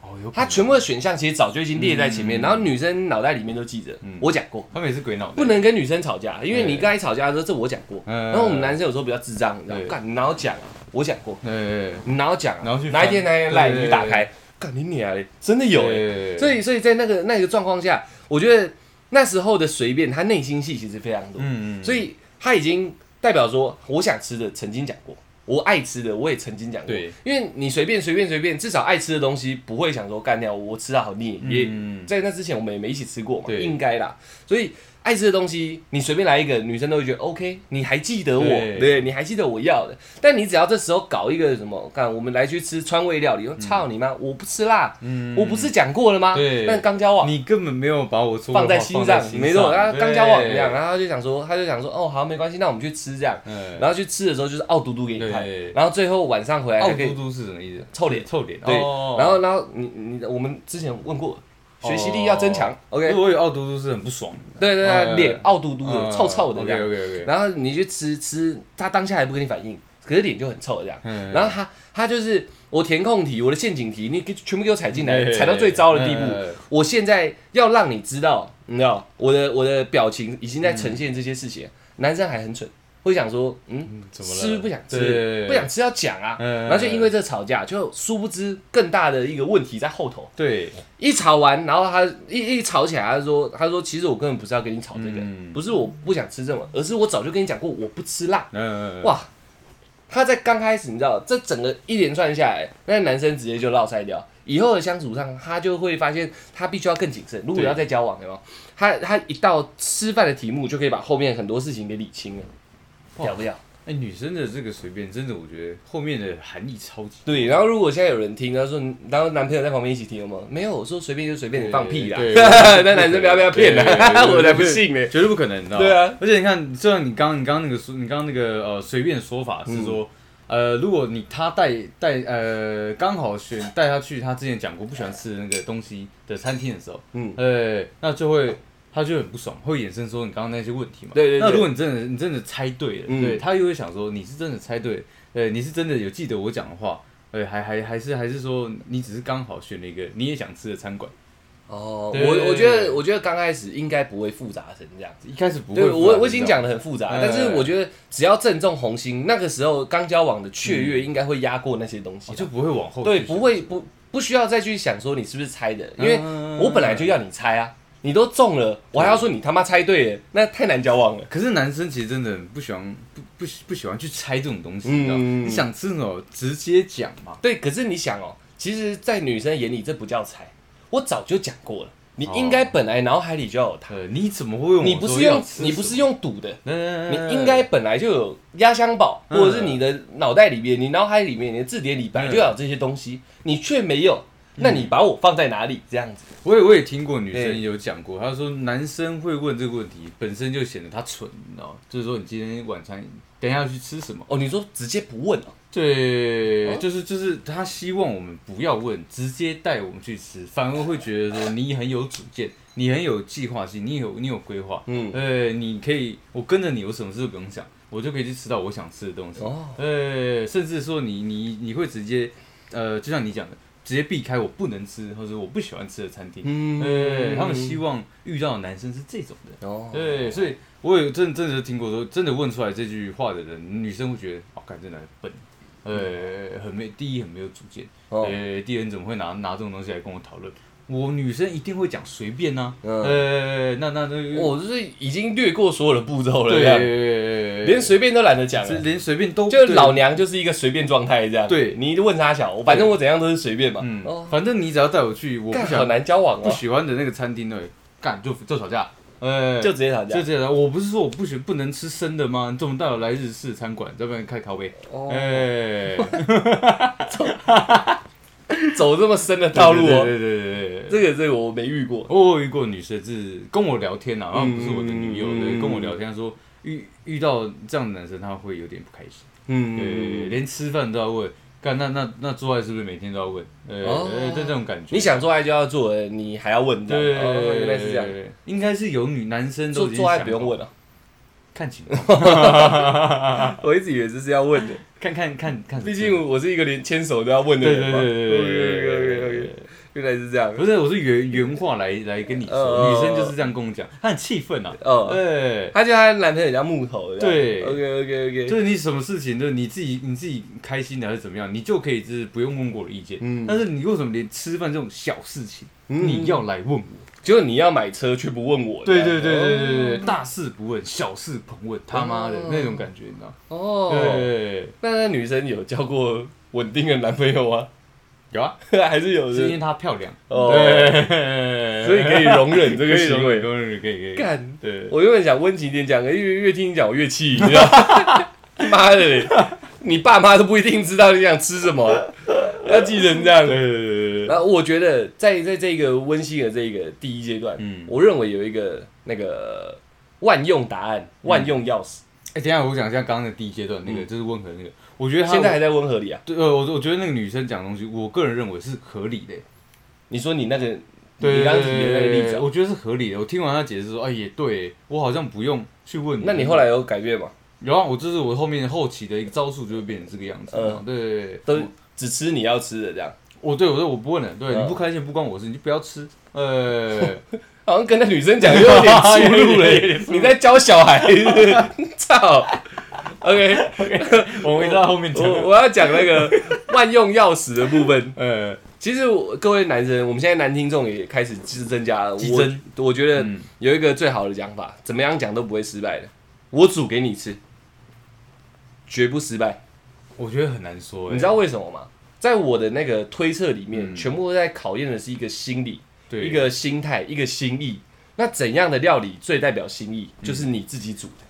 [SPEAKER 2] 哦，有可
[SPEAKER 1] 他
[SPEAKER 2] 能
[SPEAKER 1] 全部的选项其实早就已经列在前面，
[SPEAKER 2] 嗯
[SPEAKER 1] 然后女生脑袋里面都记着，
[SPEAKER 2] 嗯
[SPEAKER 1] 我讲过。
[SPEAKER 2] 他们也是鬼脑袋，
[SPEAKER 1] 不能跟女生吵架，因为你
[SPEAKER 2] 哎
[SPEAKER 1] 刚才吵架的时候，这我讲过。
[SPEAKER 2] 嗯
[SPEAKER 1] 然后我们男生有时候比较智障，你知道吗？
[SPEAKER 2] 对
[SPEAKER 1] 干，你哪有讲啊？我讲过，
[SPEAKER 2] 对，
[SPEAKER 1] 你哪有讲啊？
[SPEAKER 2] 然后去
[SPEAKER 1] 哪一天
[SPEAKER 2] 翻
[SPEAKER 1] 哪一天赖
[SPEAKER 2] 对
[SPEAKER 1] 你打开，干你娘嘞！真的有哎、
[SPEAKER 2] 哎
[SPEAKER 1] 所以，所以在那个那个状况下，我觉得那时候的随便，他内心戏其实非常多，
[SPEAKER 2] 嗯嗯，
[SPEAKER 1] 所以他已经代表说，我想吃的曾经讲过，我爱吃的我也曾经讲过
[SPEAKER 2] 对，
[SPEAKER 1] 因为你随便随便随便，至少爱吃的东西不会想说干掉我吃到好腻，也、
[SPEAKER 2] 嗯
[SPEAKER 1] 在那之前我们也没一起吃过嘛，
[SPEAKER 2] 对
[SPEAKER 1] 应该啦，所以。爱吃的东西，你随便来一个，女生都会觉得 OK，你还记得我，
[SPEAKER 2] 对
[SPEAKER 1] 对，你还记得我要的。但你只要这时候搞一个什么，干，我们来去吃川味料理，我操你妈，我不吃辣，
[SPEAKER 2] 嗯
[SPEAKER 1] 我不是讲过了吗？
[SPEAKER 2] 对
[SPEAKER 1] 但刚交往
[SPEAKER 2] 你根本没有把我说的话
[SPEAKER 1] 放在心上，没错。他
[SPEAKER 2] 嗯
[SPEAKER 1] 刚交往这样，，啊
[SPEAKER 2] 对
[SPEAKER 1] 然后他就想说，他就想说，哦，好，没关系，那我们去吃这样。
[SPEAKER 2] 嗯，
[SPEAKER 1] 然后去吃的时候就是傲嘟嘟给你看
[SPEAKER 2] 对，
[SPEAKER 1] 然后最后晚上回来
[SPEAKER 2] 傲
[SPEAKER 1] 还可
[SPEAKER 2] 嘟
[SPEAKER 1] 以
[SPEAKER 2] 嘟是什么意思？
[SPEAKER 1] 臭脸
[SPEAKER 2] 臭脸，
[SPEAKER 1] 对，
[SPEAKER 2] 哦
[SPEAKER 1] 然后然后你你我们之前问过，学习力要增强
[SPEAKER 2] 哦
[SPEAKER 1] ，OK，
[SPEAKER 2] 因为我有傲嘟嘟是很不爽的，
[SPEAKER 1] 对对对，
[SPEAKER 2] 嗯
[SPEAKER 1] 脸傲嘟嘟的，臭臭的这
[SPEAKER 2] OK
[SPEAKER 1] 样。
[SPEAKER 2] OK OK，
[SPEAKER 1] 然后你去吃吃，他当下还不跟你反应，可是脸就很臭这样。
[SPEAKER 2] 嗯
[SPEAKER 1] 然后他他就是我填空题，我的陷阱题，你给全部给我踩进来，
[SPEAKER 2] 嗯
[SPEAKER 1] 踩到最糟的地步
[SPEAKER 2] 嗯。
[SPEAKER 1] 我现在要让你知道，你知道我的我的表情已经在呈现这些事情。男生还很蠢，会想说，嗯，
[SPEAKER 2] 嗯怎么了
[SPEAKER 1] 是不是不想吃？
[SPEAKER 2] 对
[SPEAKER 1] 不想吃要讲啊。
[SPEAKER 2] 嗯
[SPEAKER 1] 然后就因为这吵架，就殊不知更大的一个问题在后头。
[SPEAKER 2] 对，
[SPEAKER 1] 一吵完，然后他一一吵起来，他说：“他说其实我根本不是要跟你吵这个，
[SPEAKER 2] 嗯
[SPEAKER 1] 不是我不想吃这种，而是我早就跟你讲过我不吃辣。
[SPEAKER 2] 嗯，
[SPEAKER 1] 哇，他在刚开始，你知道，这整个一连串下来，那个男生直接就落塞掉。以后的相处上，他就会发现他必须要更谨慎。如果
[SPEAKER 2] 对
[SPEAKER 1] 要再交往，有没有？他他一到吃饭的题目，就可以把后面很多事情给理清了，
[SPEAKER 2] 哇
[SPEAKER 1] 屌不屌？
[SPEAKER 2] 哎，女生的这个随便，真的我觉得后面的含义超级，
[SPEAKER 1] 对。然后如果现在有人听，他说，然后男朋友在旁边一起听，有没有？没有，我说随便就随便，你放屁啦！ (laughs)
[SPEAKER 2] 对对对
[SPEAKER 1] 那男生不要被他骗
[SPEAKER 2] 对对对
[SPEAKER 1] 了，(laughs)
[SPEAKER 2] 对
[SPEAKER 1] 我才不信呢。
[SPEAKER 2] 绝对不可能，你知道吗
[SPEAKER 1] 对啊，
[SPEAKER 2] 而且你看，就像你刚你刚那个说，你刚那个呃随便说法是
[SPEAKER 1] 嗯
[SPEAKER 2] 说，呃，如果你他带带呃刚好选带他去他之前讲过不喜欢吃的那个东西的餐厅的时候，
[SPEAKER 1] 嗯，
[SPEAKER 2] 呃，那就会他就很不爽，会衍生说你刚刚那些问题嘛。
[SPEAKER 1] 对对对
[SPEAKER 2] 那如果你真的你真的猜对了，
[SPEAKER 1] 嗯
[SPEAKER 2] 对他又会想说你是真的猜对了，呃，你是真的有记得我讲的话，呃，还还还是还是说你只是刚好选了一个你也想吃的餐馆，
[SPEAKER 1] 哦，
[SPEAKER 2] 对
[SPEAKER 1] 我我觉得，我觉得刚开始应该不会复杂成这样子。
[SPEAKER 2] 一开始不会
[SPEAKER 1] 对
[SPEAKER 2] 复杂。
[SPEAKER 1] 我我已
[SPEAKER 2] 你
[SPEAKER 1] 经
[SPEAKER 2] 知道
[SPEAKER 1] 讲的很复杂，
[SPEAKER 2] 嗯
[SPEAKER 1] 但是我觉得只要正中红心，那个时候刚交往的雀跃应该会压过那些东西
[SPEAKER 2] 嗯哦
[SPEAKER 1] 啊。
[SPEAKER 2] 就不会往后
[SPEAKER 1] 对，
[SPEAKER 2] 去
[SPEAKER 1] 不
[SPEAKER 2] 想
[SPEAKER 1] 会不不需要再去想说你是不是猜的，因为
[SPEAKER 2] 嗯
[SPEAKER 1] 我本来就要你猜啊，你都中了，我还要说你他妈猜对了，那太难交往了。
[SPEAKER 2] 可是男生其实真的很不喜欢不不喜不喜欢去猜这种东西，
[SPEAKER 1] 嗯
[SPEAKER 2] 你知道吗？你想吃什么直接讲嘛。
[SPEAKER 1] 对，可是你想哦，其实，在女生眼里这不叫猜，我早就讲过了，你应该本来脑海里就要有它，
[SPEAKER 2] 呃，你怎么会用我
[SPEAKER 1] 你不
[SPEAKER 2] 说
[SPEAKER 1] 是
[SPEAKER 2] 要
[SPEAKER 1] 用
[SPEAKER 2] 吃
[SPEAKER 1] 你不是用赌的，
[SPEAKER 2] 什么，
[SPEAKER 1] 你
[SPEAKER 2] 你
[SPEAKER 1] 应该本来就有压箱宝，
[SPEAKER 2] 嗯
[SPEAKER 1] 或者是你的脑袋里面、你脑海里面、你的字典里本来就要有这些东西，你却没有，
[SPEAKER 2] 嗯
[SPEAKER 1] 那你把我放在哪里？这样子，
[SPEAKER 2] 我也我也听过女
[SPEAKER 1] 对
[SPEAKER 2] 生有讲过，她说男生会问这个问题，本身就显得他蠢，你知道吗？就是说你今天晚餐等一下要去吃什么？
[SPEAKER 1] 哦，你说直接不问哦，
[SPEAKER 2] 对，
[SPEAKER 1] 哦
[SPEAKER 2] 就是就是他希望我们不要问，直接带我们去吃，反而会
[SPEAKER 1] (laughs)
[SPEAKER 2] 觉得说你很有主见，你很有计划性，你有你有规划，
[SPEAKER 1] 嗯
[SPEAKER 2] 呃，你可以我跟着你，我什么事都不用想，我就可以去吃到我想吃的东西，
[SPEAKER 1] 哦
[SPEAKER 2] 呃，甚至说你你你会直接呃，就像你讲的，直接避开我不能吃或者我不喜欢吃的餐厅，
[SPEAKER 1] 嗯
[SPEAKER 2] 对，他们希望遇到的男生是这种的。
[SPEAKER 1] 哦，
[SPEAKER 2] 对，所以我有真真的听过说，真的问出来这句话的人，女生会觉得，哦，干这男的笨，呃，很没第一很没有主见，
[SPEAKER 1] 嗯哦
[SPEAKER 2] 呃，第二你怎么会拿拿这种东西来跟我讨论？我女生一定会讲随便呐、
[SPEAKER 1] 嗯哦
[SPEAKER 2] 呃，那那那，
[SPEAKER 1] 我就是已经略过所有的步骤了，这样
[SPEAKER 2] 对，
[SPEAKER 1] 连随便都懒得讲了，
[SPEAKER 2] 连随便都
[SPEAKER 1] 哎就
[SPEAKER 2] 对
[SPEAKER 1] 老娘就是一个随便状态这样。
[SPEAKER 2] 对
[SPEAKER 1] 你问他小，我反正我怎样都是随便嘛。
[SPEAKER 2] 嗯，
[SPEAKER 1] 哦，
[SPEAKER 2] 反正你只要带我去，我
[SPEAKER 1] 干
[SPEAKER 2] 不
[SPEAKER 1] 好
[SPEAKER 2] 想
[SPEAKER 1] 难交往
[SPEAKER 2] 不
[SPEAKER 1] 哦，
[SPEAKER 2] 喜欢的那个餐厅呢，干就就吵架，呃，
[SPEAKER 1] 就直接吵架
[SPEAKER 2] 就。这样，我不是说我不许不能吃生的吗？你怎么带我来日式餐馆？要不然开咖啡？
[SPEAKER 1] 哦，
[SPEAKER 2] (laughs) 哎，
[SPEAKER 1] 走这么深的道路哦，
[SPEAKER 2] 对对对对对。
[SPEAKER 1] 这个这个我没遇过。
[SPEAKER 2] 我哦有遇过女生是跟我聊天啊，然后不是我的女友，
[SPEAKER 1] 嗯
[SPEAKER 2] 对，跟我聊天她说遇遇到这样的男生，他会有点不开心，对，
[SPEAKER 1] 嗯，
[SPEAKER 2] 连吃饭都要问，干那那那做爱是不是每天都要问？呃，
[SPEAKER 1] 哦
[SPEAKER 2] 呃这这种感觉，
[SPEAKER 1] 你想做爱就要做，你还要问这
[SPEAKER 2] 对
[SPEAKER 1] 样？哦，原来是这样。，
[SPEAKER 2] 应该是有女男生都
[SPEAKER 1] 做
[SPEAKER 2] 已经
[SPEAKER 1] 做爱
[SPEAKER 2] 想
[SPEAKER 1] 不用
[SPEAKER 2] 好
[SPEAKER 1] 问，
[SPEAKER 2] (laughs)
[SPEAKER 1] 啊，
[SPEAKER 2] 看情况， (laughs)
[SPEAKER 1] 我一直以为这是要问的，
[SPEAKER 2] 看看看
[SPEAKER 1] (laughs)
[SPEAKER 2] 看，
[SPEAKER 1] 毕竟我是一个连牵手都要问的
[SPEAKER 2] 对对
[SPEAKER 1] 人
[SPEAKER 2] 对
[SPEAKER 1] 嘛。
[SPEAKER 2] 对对对对
[SPEAKER 1] OK，OK，OK，OK
[SPEAKER 2] 对对。
[SPEAKER 1] 原来是这样。
[SPEAKER 2] 不是，我是原原话来来跟你
[SPEAKER 1] 哦
[SPEAKER 2] 说，女生就是这样跟我讲，她很气愤啊。
[SPEAKER 1] 哦，
[SPEAKER 2] 对，
[SPEAKER 1] 她叫她男朋友叫木头。
[SPEAKER 2] 对
[SPEAKER 1] ，OK OK OK。
[SPEAKER 2] 就是你什么事情，就是你自己你自己开心的还是怎么样，你就可以就是不用问我的意见。
[SPEAKER 1] 嗯
[SPEAKER 2] 但是你为什么连吃饭这种小事情，
[SPEAKER 1] 嗯
[SPEAKER 2] 你要来问我？
[SPEAKER 1] 结果你要买车却不问我。
[SPEAKER 2] 对对对对
[SPEAKER 1] 哦
[SPEAKER 2] 对对对，大事不问，小事狂问，他妈的
[SPEAKER 1] 哦
[SPEAKER 2] 那种感觉，你知道？
[SPEAKER 1] 哦，
[SPEAKER 2] 对，
[SPEAKER 1] 那那女生有交过稳定的男朋友吗？ (laughs)
[SPEAKER 2] 有啊，
[SPEAKER 1] 还是有
[SPEAKER 2] 是因
[SPEAKER 1] 的
[SPEAKER 2] 为她漂亮，
[SPEAKER 1] 哦
[SPEAKER 2] (laughs) 对，
[SPEAKER 1] 所以可以容忍这
[SPEAKER 2] 可
[SPEAKER 1] 个
[SPEAKER 2] 以
[SPEAKER 1] 行
[SPEAKER 2] 容忍，
[SPEAKER 1] 为。
[SPEAKER 2] 容忍可以可以，
[SPEAKER 1] 干，
[SPEAKER 2] 对，
[SPEAKER 1] 我原本想温情一点讲，可是越越听你讲我越气，你知道吗？ (laughs) 妈的嘞，你爸妈都不一定知道你想吃什么，啊要记成这样。
[SPEAKER 2] 对对对对对，
[SPEAKER 1] 然后我觉得在在这个温馨的这个第一阶段，
[SPEAKER 2] 嗯，
[SPEAKER 1] 我认为有一个那个万用答案、
[SPEAKER 2] 嗯
[SPEAKER 1] 万用钥匙，
[SPEAKER 2] 哎，等一下我讲一下刚刚的第一阶段那个，
[SPEAKER 1] 嗯
[SPEAKER 2] 就是温和那个，我觉得她
[SPEAKER 1] 现在还在温和里啊。
[SPEAKER 2] 对，呃，我我觉得那个女生讲的东西，我个人认为是合理的。
[SPEAKER 1] 你说你那个，
[SPEAKER 2] 对，
[SPEAKER 1] 你刚提的那个例子啊，
[SPEAKER 2] 我觉得是合理的。我听完她解释说，哎，也对，我好像不用去问
[SPEAKER 1] 那你后来有改变吗？
[SPEAKER 2] 然后我这是我后面后期的一个招数，就会变成这个样子。
[SPEAKER 1] 嗯
[SPEAKER 2] 对，
[SPEAKER 1] 都只吃你要吃的这样，
[SPEAKER 2] 我对我对我不问了，对，
[SPEAKER 1] 嗯
[SPEAKER 2] 你不开心不关我事，你就不要吃。
[SPEAKER 1] (laughs)
[SPEAKER 2] 呃，
[SPEAKER 1] 好像跟那女生讲又有 (laughs) 点出入
[SPEAKER 2] 有点
[SPEAKER 1] 了。你在教小孩 (laughs) 是不是，操！OK，
[SPEAKER 2] 我们到后面讲。
[SPEAKER 1] 我我要讲那 (laughs) 个万用钥匙的部分。
[SPEAKER 2] 呃，
[SPEAKER 1] 其实我各位男生，我们现在男听众也开始激增加了。
[SPEAKER 2] 激
[SPEAKER 1] 我
[SPEAKER 2] 增
[SPEAKER 1] 我觉得
[SPEAKER 2] 嗯
[SPEAKER 1] 有一个最好的讲法，怎么样讲都不会失败的。我煮给你吃，绝不失败。
[SPEAKER 2] 我觉得很难说，哎
[SPEAKER 1] 你知道为什么吗？在我的那个推测里面，
[SPEAKER 2] 嗯
[SPEAKER 1] 全部都在考验的是一个心理。
[SPEAKER 2] 对
[SPEAKER 1] 一个心态，一个心意。那怎样的料理最代表心意？
[SPEAKER 2] 嗯
[SPEAKER 1] 就是你自己煮的。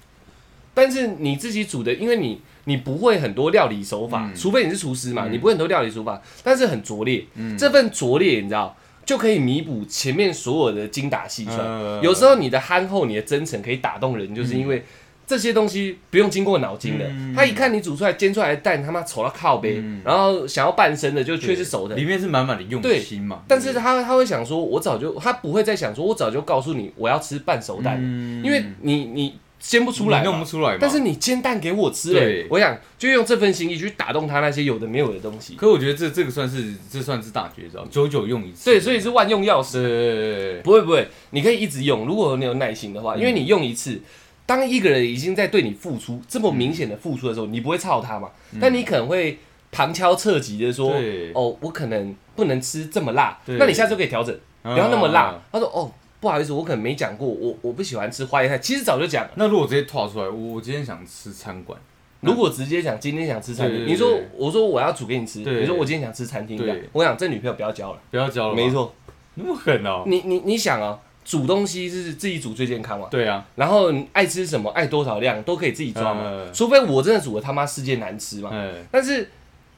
[SPEAKER 1] 但是你自己煮的，因为你你不会很多料理手法，
[SPEAKER 2] 嗯嗯
[SPEAKER 1] 除非你是厨师嘛，你不会很多料理手法，但是很拙劣。这份拙劣，你知道。就可以弥补前面所有的精打细算。
[SPEAKER 2] 嗯
[SPEAKER 1] 有时候你的憨厚、你的真诚可以打动人，就是因为这些东西不用经过脑筋的。
[SPEAKER 2] 嗯
[SPEAKER 1] 他一看你煮出来、煎出来的蛋，他妈丑到靠背，
[SPEAKER 2] 嗯
[SPEAKER 1] 然后想要半生的就
[SPEAKER 2] 对
[SPEAKER 1] 却是熟的，
[SPEAKER 2] 里面是满满的用
[SPEAKER 1] 对
[SPEAKER 2] 心嘛。
[SPEAKER 1] 但是他他会想说，我早就他不会再想说，我早就告诉你我要吃半熟蛋，
[SPEAKER 2] 嗯
[SPEAKER 1] 因为你你煎不出来
[SPEAKER 2] 你
[SPEAKER 1] 嘛
[SPEAKER 2] 弄不出来嘛。
[SPEAKER 1] 但是你煎蛋给我吃嘞、
[SPEAKER 2] 对
[SPEAKER 1] 我想就用这份心意去打动他那些有的没有的东西。
[SPEAKER 2] 可我觉得这这个算是这算是大绝招，久久用一次。
[SPEAKER 1] 对，所以是万用钥匙，
[SPEAKER 2] 是，
[SPEAKER 1] 不会不会，你可以一直用，如果你有耐心的话，因为你用一次。当一个人已经在对你付出这么明显的付出的时候，你不会操他嘛？但你可能会旁敲侧击的说
[SPEAKER 2] 嗯对：“
[SPEAKER 1] 哦，我可能不能吃这么辣。”
[SPEAKER 2] 对
[SPEAKER 1] 那你下次就可以调整。
[SPEAKER 2] 不
[SPEAKER 1] 不要那么辣。他说哦，不好意思，我可能没讲过，我我不喜欢吃花椰菜。其实早就讲了，
[SPEAKER 2] 那如果直接吐出来，我我今天想吃餐馆，
[SPEAKER 1] 如果直接讲今天想吃餐厅，
[SPEAKER 2] 对对
[SPEAKER 1] 你说
[SPEAKER 2] 对
[SPEAKER 1] 我说我要煮给你吃，
[SPEAKER 2] 对
[SPEAKER 1] 你说我今天想吃餐厅，这样
[SPEAKER 2] 对
[SPEAKER 1] 我想这女朋友不要交了。
[SPEAKER 2] 不要教了吧。
[SPEAKER 1] 没错，
[SPEAKER 2] 那么狠哦？
[SPEAKER 1] 你你你想啊，煮东西是自己煮最健康嘛，
[SPEAKER 2] 对啊，
[SPEAKER 1] 然后你爱吃什么爱多少量都可以自己抓嘛，
[SPEAKER 2] 嗯
[SPEAKER 1] 除非我真的煮的他妈世界难吃嘛。
[SPEAKER 2] 嗯，
[SPEAKER 1] 但是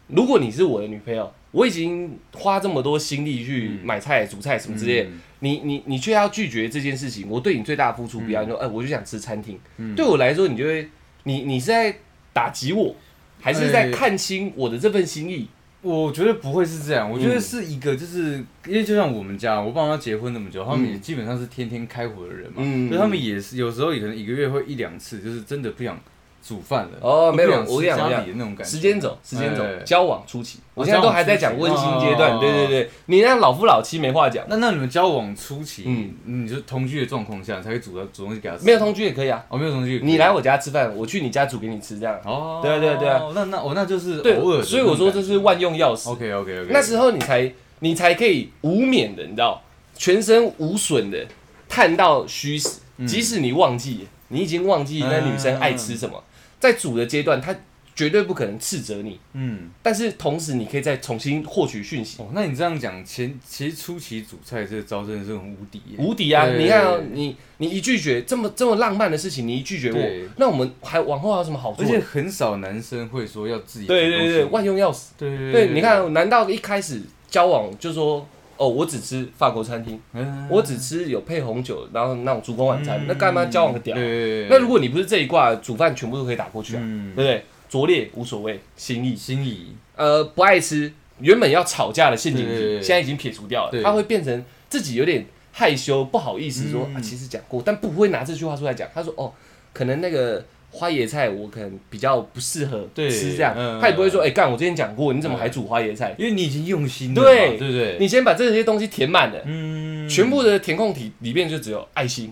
[SPEAKER 1] 如果你是我的女朋友，我已经花这么多心力去买菜、煮菜什么之类的，
[SPEAKER 2] 嗯
[SPEAKER 1] 你你你却要拒绝这件事情，我对你最大的付出不要，你说，哎、我就想吃餐厅，
[SPEAKER 2] 嗯
[SPEAKER 1] 对我来说，你就会，你你是在打击我，还是在
[SPEAKER 2] 哎
[SPEAKER 1] 看清我的这份心意？
[SPEAKER 2] 我觉得不会是这样，我觉得
[SPEAKER 1] 嗯
[SPEAKER 2] 是一个，就是、因为就像我们家，我爸妈结婚那么久，他们
[SPEAKER 1] 嗯
[SPEAKER 2] 也基本上是天天开火的人嘛，
[SPEAKER 1] 嗯
[SPEAKER 2] 所以他们也是有时候也可能一个月会一两次，就是真的不想煮饭了，
[SPEAKER 1] 哦
[SPEAKER 2] 不
[SPEAKER 1] 没有我
[SPEAKER 2] 想
[SPEAKER 1] 跟
[SPEAKER 2] 吃
[SPEAKER 1] 你讲
[SPEAKER 2] 家
[SPEAKER 1] 我跟你
[SPEAKER 2] 里的那种感觉。
[SPEAKER 1] 时间走，时间走，
[SPEAKER 2] 哎
[SPEAKER 1] 交往初期，我现在
[SPEAKER 2] 交
[SPEAKER 1] 都
[SPEAKER 2] 往
[SPEAKER 1] 还在讲
[SPEAKER 2] 初期
[SPEAKER 1] 温馨阶段，
[SPEAKER 2] 哦
[SPEAKER 1] 对对对，你那老夫老妻没话讲，
[SPEAKER 2] 那那你们交往初期，
[SPEAKER 1] 嗯
[SPEAKER 2] 你就同居的状况下，你才会煮到煮东西给他吃。
[SPEAKER 1] 没有同居也可以啊，
[SPEAKER 2] 哦，没有同居，
[SPEAKER 1] 你来我家吃饭，我去你家煮给你吃，这样，
[SPEAKER 2] 哦，
[SPEAKER 1] 对啊对啊对啊，
[SPEAKER 2] 那那哦我那就是
[SPEAKER 1] 对
[SPEAKER 2] 偶尔，的
[SPEAKER 1] 所以我说这是万用钥匙。
[SPEAKER 2] OK OK OK，
[SPEAKER 1] 那时候你才你才可以无冕的，你知道，全身无损的探到虚实。即使你忘记，你已经忘记那女生爱吃什么，嗯在煮的阶段，她绝对不可能斥责你，
[SPEAKER 2] 嗯，
[SPEAKER 1] 但是同时你可以再重新获取讯息，
[SPEAKER 2] 哦，那你这样讲，前其实初期煮菜这招真的是很无敌耶，
[SPEAKER 1] 无敌啊！
[SPEAKER 2] 对
[SPEAKER 1] 你看哦，你你一拒绝这么这么浪漫的事情，你一拒绝
[SPEAKER 2] 对
[SPEAKER 1] 我，那我们还往后还有什么好做
[SPEAKER 2] 而且
[SPEAKER 1] 的？
[SPEAKER 2] 很少男生会说要自己煮
[SPEAKER 1] 对对
[SPEAKER 2] 东西
[SPEAKER 1] 对，万用钥匙。
[SPEAKER 2] 对对
[SPEAKER 1] 对，你，看，难道一开始交往就说哦，我只吃法国餐厅？
[SPEAKER 2] 嗯
[SPEAKER 1] 我只吃有配红酒，然后那种烛光晚餐，
[SPEAKER 2] 嗯
[SPEAKER 1] 那干嘛交往个
[SPEAKER 2] 对
[SPEAKER 1] 屌？
[SPEAKER 2] 对对，
[SPEAKER 1] 啊那如果你不是这一挂，煮饭全部都可以打过去啊，对不
[SPEAKER 2] 嗯，
[SPEAKER 1] 对？拙劣无所谓，心意。
[SPEAKER 2] 心仪
[SPEAKER 1] 呃，不爱吃，原本要吵架的陷阱
[SPEAKER 2] 对对
[SPEAKER 1] 题，
[SPEAKER 2] 对
[SPEAKER 1] 现在已经撇除掉了，
[SPEAKER 2] 对
[SPEAKER 1] 他会变成自己有点害羞、不好意思说
[SPEAKER 2] 嗯
[SPEAKER 1] 啊，其实讲过，但不会拿这句话出来讲。他说哦，可能那个。花椰菜我可能比较不适合
[SPEAKER 2] 对
[SPEAKER 1] 吃这样，
[SPEAKER 2] 嗯
[SPEAKER 1] 他也不会说，哎、干，我之前讲过，你怎么
[SPEAKER 2] 嗯
[SPEAKER 1] 还煮花椰菜？
[SPEAKER 2] 因为你已经用心了嘛，
[SPEAKER 1] 对
[SPEAKER 2] 对不对？
[SPEAKER 1] 你先把这些东西填满了，
[SPEAKER 2] 嗯
[SPEAKER 1] 全部的填空题里面就只有爱心，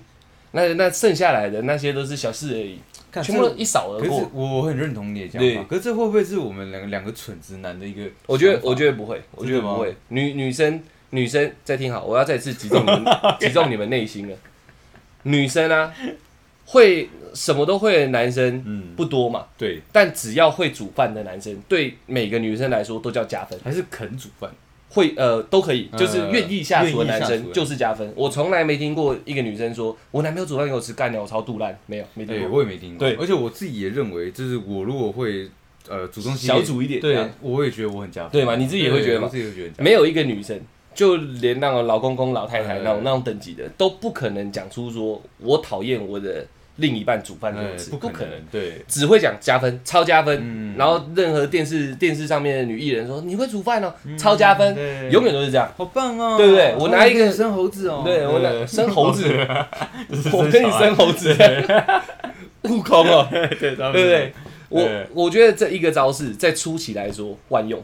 [SPEAKER 1] 那那剩下来的那些都是小事而已，
[SPEAKER 2] 看
[SPEAKER 1] 全部
[SPEAKER 2] 这
[SPEAKER 1] 都一扫而
[SPEAKER 2] 可是
[SPEAKER 1] 过。
[SPEAKER 2] 我很认同你的
[SPEAKER 1] 对
[SPEAKER 2] 讲法，可是这会不会是我们两个两个蠢直男的一个？
[SPEAKER 1] 我觉得，我觉得不会，我觉
[SPEAKER 2] 真的
[SPEAKER 1] 得
[SPEAKER 2] 吗
[SPEAKER 1] 不会。女女生，女生再听好，我要再次击中你
[SPEAKER 2] (laughs)
[SPEAKER 1] 们，击中你们内心了。女生啊，会什么都会的男生
[SPEAKER 2] 嗯，
[SPEAKER 1] 不多嘛，
[SPEAKER 2] 对，
[SPEAKER 1] 但只要会煮饭的男生，对每个女生来说都叫加分。
[SPEAKER 2] 还是肯煮饭，
[SPEAKER 1] 会呃都可以，
[SPEAKER 2] 呃
[SPEAKER 1] 就是愿意下厨的男
[SPEAKER 2] 愿意下
[SPEAKER 1] 生
[SPEAKER 2] 厨
[SPEAKER 1] 就是加分。我从来没听过一个女生说我男朋友煮饭给我吃，干掉我超肚烂，没有没听
[SPEAKER 2] 对
[SPEAKER 1] 过。
[SPEAKER 2] 哎我也没听过，
[SPEAKER 1] 对
[SPEAKER 2] 而且我自己也认为，就是我如果会呃主动
[SPEAKER 1] 小煮一点，这
[SPEAKER 2] 对
[SPEAKER 1] 样，
[SPEAKER 2] 我也觉得我很加分，
[SPEAKER 1] 对嘛你自己也会觉得嘛
[SPEAKER 2] 对我自己也会觉得很加分，
[SPEAKER 1] 没有一个女生，就连那种老公公、老太太那种
[SPEAKER 2] 哎
[SPEAKER 1] 那种等级的，都不可能讲出说我讨厌我的另一半煮饭给我吃，
[SPEAKER 2] 哎
[SPEAKER 1] 不
[SPEAKER 2] 不
[SPEAKER 1] 可
[SPEAKER 2] 可
[SPEAKER 1] 能，
[SPEAKER 2] 能，对，
[SPEAKER 1] 只会讲加分、超加分。
[SPEAKER 2] 嗯
[SPEAKER 1] 然后任何电视电视上面的女艺人说你会煮饭哦，超加分，
[SPEAKER 2] 嗯对
[SPEAKER 1] 永远都是
[SPEAKER 2] (laughs)
[SPEAKER 1] 这样。
[SPEAKER 2] 好棒哦，
[SPEAKER 1] 对不对我拿一个
[SPEAKER 2] 哦生猴子哦，
[SPEAKER 1] 对我拿生猴
[SPEAKER 2] (laughs)
[SPEAKER 1] 子， (laughs) 我
[SPEAKER 2] 我
[SPEAKER 1] 跟你生，猴子， (laughs) 悟空
[SPEAKER 2] (laughs)
[SPEAKER 1] 哦。
[SPEAKER 2] 对
[SPEAKER 1] 对
[SPEAKER 2] 对
[SPEAKER 1] 不对？我
[SPEAKER 2] 嗯对
[SPEAKER 1] 我觉得这一个招式在初期来说万用，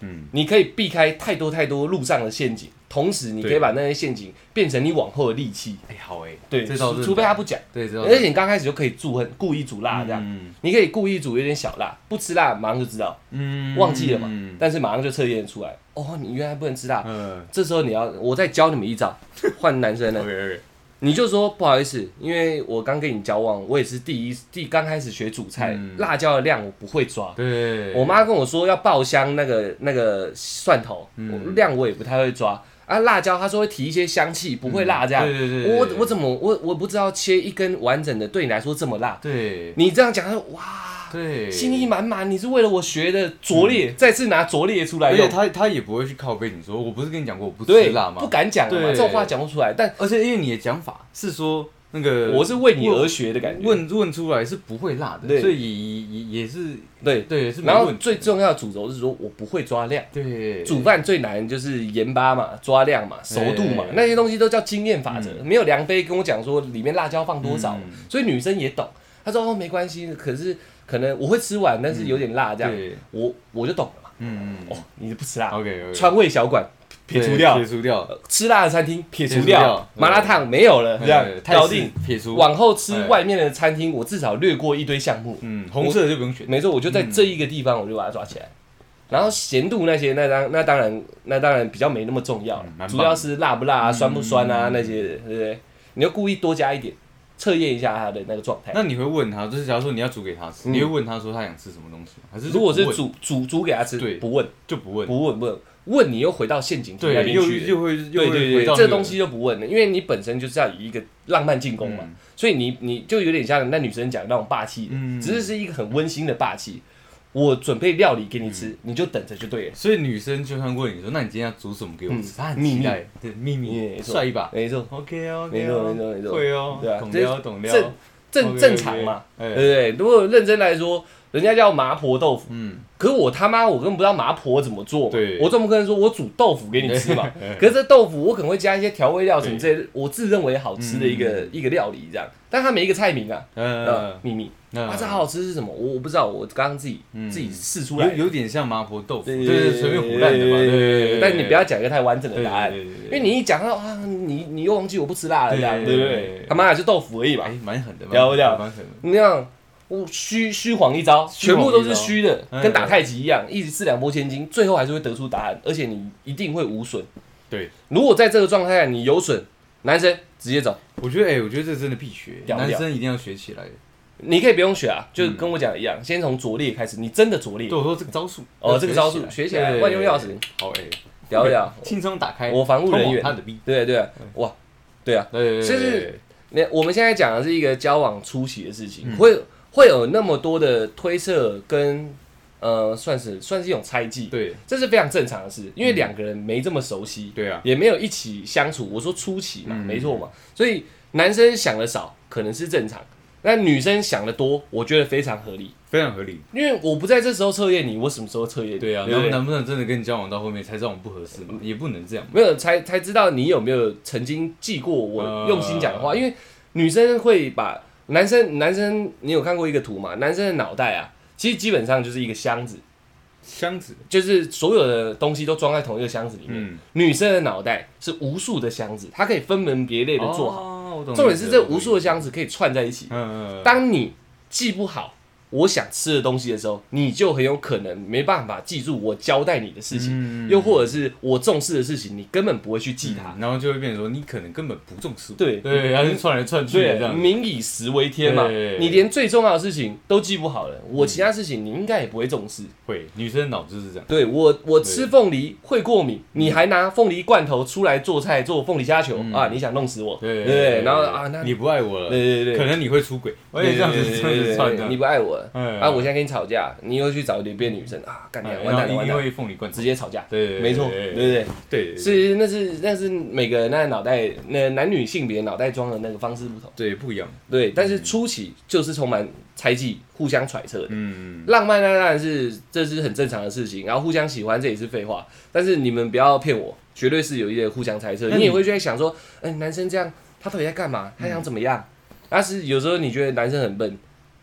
[SPEAKER 2] 嗯，
[SPEAKER 1] 你可以避开太多太多路上的陷阱，同时你可以
[SPEAKER 2] 对
[SPEAKER 1] 把那些陷阱变成你往后的利器。
[SPEAKER 2] 哎，好哎，
[SPEAKER 1] 对，
[SPEAKER 2] 这招
[SPEAKER 1] 除除非他不讲，
[SPEAKER 2] 对，这招
[SPEAKER 1] 而且你刚开始就可以煮很故意煮辣这样，
[SPEAKER 2] 嗯
[SPEAKER 1] 你可以故意煮有点小辣，不吃辣马上就知道，
[SPEAKER 2] 嗯
[SPEAKER 1] 忘记了嘛，
[SPEAKER 2] 嗯
[SPEAKER 1] 但是马上就测验出来，哦，你原来不能吃辣。
[SPEAKER 2] 嗯
[SPEAKER 1] 这时候你要，我再教你们一
[SPEAKER 2] (laughs)
[SPEAKER 1] 招，换男生呢，
[SPEAKER 2] ，OK OK，
[SPEAKER 1] 你就说不好意思，因为我刚跟你交往，我也是第一第刚开始学煮菜，
[SPEAKER 2] 嗯
[SPEAKER 1] 辣椒的量我不会抓，
[SPEAKER 2] 对，
[SPEAKER 1] 我妈跟我说要爆香那个那个蒜头，
[SPEAKER 2] 嗯
[SPEAKER 1] 我量我也不太会抓啊。辣椒她说会提一些香气，不会辣这样。
[SPEAKER 2] 嗯对对对对
[SPEAKER 1] 我
[SPEAKER 2] 对
[SPEAKER 1] 我怎么我我不知道切一根完整的对你来说这么辣？
[SPEAKER 2] 对
[SPEAKER 1] 你这样讲，她说哇，
[SPEAKER 2] 对，嗯
[SPEAKER 1] 心意满满，你是为了我学的拙劣，再次拿拙劣出来
[SPEAKER 2] 而且
[SPEAKER 1] 用。
[SPEAKER 2] 他他也不会去靠背你说，我不是跟你讲过我不吃
[SPEAKER 1] 对，
[SPEAKER 2] 辣吗？
[SPEAKER 1] 不敢讲了嘛，
[SPEAKER 2] 对
[SPEAKER 1] 这种话讲不出来。但
[SPEAKER 2] 而且因为你的讲法是说那个
[SPEAKER 1] 我是为你而学的感觉。
[SPEAKER 2] 呃问问出来是不会辣
[SPEAKER 1] 对
[SPEAKER 2] 的，所以也也也是
[SPEAKER 1] 对，
[SPEAKER 2] 对是没
[SPEAKER 1] 然后
[SPEAKER 2] 问题
[SPEAKER 1] 最重要的主轴是说我不会抓量。
[SPEAKER 2] 对
[SPEAKER 1] 煮饭最难就是盐巴嘛、抓量嘛、熟度嘛
[SPEAKER 2] 哎，
[SPEAKER 1] 那些东西都叫经验法则。没有量杯跟我讲说里面辣椒放多少，
[SPEAKER 2] 嗯
[SPEAKER 1] 所以女生也懂。她说哦没关系，可是可能我会吃完，但是有点辣这样，
[SPEAKER 2] 对
[SPEAKER 1] 我我就懂了嘛。
[SPEAKER 2] 嗯
[SPEAKER 1] 哦，你不吃辣，
[SPEAKER 2] OK OK
[SPEAKER 1] 川味小馆撇除掉
[SPEAKER 2] 撇，除掉
[SPEAKER 1] 呃吃辣的餐厅撇除
[SPEAKER 2] 撇除掉
[SPEAKER 1] 掉，麻辣烫没有了，这样
[SPEAKER 2] 呃泰式
[SPEAKER 1] 搞定。
[SPEAKER 2] 撇除
[SPEAKER 1] 往后吃
[SPEAKER 2] 哎
[SPEAKER 1] 外面的餐厅，我至少略过一堆项目。
[SPEAKER 2] 嗯红色的就不用选
[SPEAKER 1] 没错，我就在这一个地方我就把它抓起来。然后咸度那些，那当那当然那当然比较没那么重要，
[SPEAKER 2] 嗯蛮棒嗯的
[SPEAKER 1] 主要是辣不辣啊、酸不酸啊、那些的，对不对？你就故意多加一点，测验一下他的那个状态。
[SPEAKER 2] 那你会问他，就是假如说你要煮给他吃，
[SPEAKER 1] 嗯
[SPEAKER 2] 你会问他说他想吃什么东西吗？还是就
[SPEAKER 1] 如果是
[SPEAKER 2] 不问
[SPEAKER 1] 煮煮煮给他吃，
[SPEAKER 2] 对
[SPEAKER 1] 不问
[SPEAKER 2] 就不问，
[SPEAKER 1] 不问不问，问你又回到陷阱题那
[SPEAKER 2] 对，
[SPEAKER 1] 边
[SPEAKER 2] 又
[SPEAKER 1] 去了。
[SPEAKER 2] 又会又
[SPEAKER 1] 对
[SPEAKER 2] 会
[SPEAKER 1] 对
[SPEAKER 2] 回
[SPEAKER 1] 对，
[SPEAKER 2] 到
[SPEAKER 1] 这
[SPEAKER 2] 那个
[SPEAKER 1] 东西就不问了，因为你本身就是要以一个浪漫进攻嘛，
[SPEAKER 2] 嗯
[SPEAKER 1] 所以你你就有点像那女生讲的那种霸气的，
[SPEAKER 2] 嗯
[SPEAKER 1] 只是是一个很温馨的霸气。我准备料理给你
[SPEAKER 2] 嗯
[SPEAKER 1] 吃，你就等着就对了。
[SPEAKER 2] 所以女生就算问你说，那你今天要煮什么给我吃？
[SPEAKER 1] 嗯
[SPEAKER 2] 她很期待，对秘
[SPEAKER 1] 没
[SPEAKER 2] 密，
[SPEAKER 1] 错
[SPEAKER 2] 帅一把
[SPEAKER 1] 没错，
[SPEAKER 2] ，OK 哦，
[SPEAKER 1] 没错没错没错
[SPEAKER 2] 会哦，
[SPEAKER 1] 对啊
[SPEAKER 2] 懂
[SPEAKER 1] 这
[SPEAKER 2] 撩懂撩，
[SPEAKER 1] 正正
[SPEAKER 2] OK，OK，
[SPEAKER 1] 正常嘛，对
[SPEAKER 2] 哎
[SPEAKER 1] 不对？如果认真来说，人家叫麻婆豆腐，
[SPEAKER 2] 嗯，
[SPEAKER 1] 可是我他妈我根本不知道麻婆怎么做嘛，
[SPEAKER 2] 对
[SPEAKER 1] 我总不可能说我煮豆腐给你吃
[SPEAKER 2] (laughs)
[SPEAKER 1] 嘛
[SPEAKER 2] 对。
[SPEAKER 1] 可是这豆腐我可能会加一些调味料什么之类的，我自认为好吃的一个、
[SPEAKER 2] 嗯
[SPEAKER 1] 一个料理这样，但它每一个菜名啊，呃
[SPEAKER 2] 呃，，
[SPEAKER 1] 秘密
[SPEAKER 2] 那
[SPEAKER 1] 啊，这好好吃是什么？我我不知道，我刚刚自己、
[SPEAKER 2] 嗯
[SPEAKER 1] 自己试出来
[SPEAKER 2] 有
[SPEAKER 1] 的。
[SPEAKER 2] 有点像麻婆豆腐，
[SPEAKER 1] 对
[SPEAKER 2] 对对，随便胡乱的嘛，对对对，
[SPEAKER 1] 但你不要讲一个太完整的
[SPEAKER 2] 对
[SPEAKER 1] 答案，
[SPEAKER 2] 对对对
[SPEAKER 1] 因
[SPEAKER 2] 对
[SPEAKER 1] 为你一讲到啊，你你又忘记我不吃辣了这样，
[SPEAKER 2] 对
[SPEAKER 1] 对不
[SPEAKER 2] 对对
[SPEAKER 1] 对
[SPEAKER 2] 对？
[SPEAKER 1] 他妈的就豆腐而已嘛
[SPEAKER 2] 哎，，蛮狠的，蛮
[SPEAKER 1] 聊不聊
[SPEAKER 2] 蛮狠的，
[SPEAKER 1] 你样我虚虚晃一招，
[SPEAKER 2] 虚
[SPEAKER 1] 全
[SPEAKER 2] 晃一
[SPEAKER 1] 部
[SPEAKER 2] 招
[SPEAKER 1] 都是虚的，
[SPEAKER 2] 哎
[SPEAKER 1] 跟打太极一样，一次两拨千斤，最后还是会得出答案，而且你一定会无损。
[SPEAKER 2] 对，
[SPEAKER 1] 如果在这个状态下你有损，男生直接走，
[SPEAKER 2] 我觉得哎，我觉得这真的必学，
[SPEAKER 1] 屌不屌
[SPEAKER 2] 男生一定要学起来。
[SPEAKER 1] 你可以不用学啊，就是跟我讲的一样，先从拙劣开始，你真的拙劣
[SPEAKER 2] 嗯对，。我说这个招数，
[SPEAKER 1] 哦
[SPEAKER 2] 要
[SPEAKER 1] 这个招数学起来
[SPEAKER 2] 对
[SPEAKER 1] 万用钥匙
[SPEAKER 2] 好哎，
[SPEAKER 1] 聊一聊，
[SPEAKER 2] (laughs) 轻松打开，
[SPEAKER 1] 我防务人员
[SPEAKER 2] 通往他的 B，
[SPEAKER 1] 对对，哇，对啊，
[SPEAKER 2] 对对对，
[SPEAKER 1] 就
[SPEAKER 2] 对
[SPEAKER 1] 是那我们现在讲的是一个交往初期的事情，
[SPEAKER 2] 嗯
[SPEAKER 1] 会会有那么多的推测跟呃，算是算是一种猜忌，
[SPEAKER 2] 对
[SPEAKER 1] 这是非常正常的事，因为两个人没这么熟悉，
[SPEAKER 2] 嗯对啊，
[SPEAKER 1] 也没有一起相处。我说初期嘛，
[SPEAKER 2] 嗯
[SPEAKER 1] 没错嘛，所以男生想的少可能是正常，那女生想的多，我觉得非常合理。
[SPEAKER 2] 非常合理。
[SPEAKER 1] 因为我不在这时候测验你，我什么时候测验你？
[SPEAKER 2] 对啊，
[SPEAKER 1] 不
[SPEAKER 2] 难难不能真的跟你交往到后面才知道我们不合适嘛？也不能这样嘛。
[SPEAKER 1] 没有才才知道你有没有曾经记过我
[SPEAKER 2] 呃
[SPEAKER 1] 用心讲的话，因为女生会把男生男生，你有看过一个图嘛？男生的脑袋啊，其实基本上就是一个箱子，
[SPEAKER 2] 箱子，
[SPEAKER 1] 就是所有的东西都装在同一个箱子里面。
[SPEAKER 2] 嗯，
[SPEAKER 1] 女生的脑袋是无数的箱子，它可以分门别类的做好。
[SPEAKER 2] 好。我懂
[SPEAKER 1] 重点是这无数的
[SPEAKER 2] 箱，
[SPEAKER 1] 箱子可以串在一起。
[SPEAKER 2] 哦嗯，
[SPEAKER 1] 当你记不好我想吃的东西的时候，你就很有可能没办法记住我交代你的事情，
[SPEAKER 2] 嗯
[SPEAKER 1] 又或者是我重视的事情，你根本不会去记它。
[SPEAKER 2] 嗯然后就会变成说你可能根本不重视我。
[SPEAKER 1] 对
[SPEAKER 2] 对，然后就串来串去的这
[SPEAKER 1] 对，
[SPEAKER 2] 样。
[SPEAKER 1] 民以食为天嘛，
[SPEAKER 2] 对嗯
[SPEAKER 1] 你连最重要的事情都记不好了，我其他事情你应该也不会重视。
[SPEAKER 2] 会，女生的脑子是这样。
[SPEAKER 1] 对我，我吃凤梨会过敏，
[SPEAKER 2] 嗯
[SPEAKER 1] 你还拿凤梨罐头出来做菜做凤梨虾球、啊？你想弄死我？
[SPEAKER 2] 对
[SPEAKER 1] 不对，然后啊，那
[SPEAKER 2] 你不爱我了，
[SPEAKER 1] 对对对
[SPEAKER 2] 可能你会出轨。我
[SPEAKER 1] 对
[SPEAKER 2] 也这样
[SPEAKER 1] 对
[SPEAKER 2] 子
[SPEAKER 1] 对
[SPEAKER 2] 这样子
[SPEAKER 1] 对
[SPEAKER 2] 串
[SPEAKER 1] 对
[SPEAKER 2] 的
[SPEAKER 1] 对，。你不爱我
[SPEAKER 2] 哎
[SPEAKER 1] 了啊！我现在跟你吵架，你又去找一别的女生啊，干掉，
[SPEAKER 2] 哎
[SPEAKER 1] 完蛋
[SPEAKER 2] 然
[SPEAKER 1] 了，完
[SPEAKER 2] 后一
[SPEAKER 1] 蛋
[SPEAKER 2] 定
[SPEAKER 1] 了，
[SPEAKER 2] 会凤梨罐头
[SPEAKER 1] 直接吵架，
[SPEAKER 2] 对对对
[SPEAKER 1] 没错，对
[SPEAKER 2] 对
[SPEAKER 1] 不对？
[SPEAKER 2] 对，
[SPEAKER 1] 是，那是那是每个人的脑袋，那男女性别脑袋装的那个方式不同，
[SPEAKER 2] 对不一样。
[SPEAKER 1] 对。但是初期就是充满猜忌、互相揣测的，
[SPEAKER 2] 嗯，
[SPEAKER 1] 浪漫那当然是这是很正常的事情，然后互相喜欢这也是废话，但是你们不要骗我，绝对是有一点互相猜测，
[SPEAKER 2] 那
[SPEAKER 1] 你
[SPEAKER 2] 你
[SPEAKER 1] 也会在想说，哎、男生这样他到底在干嘛？他想怎么样？但是有时候你觉得男生很笨，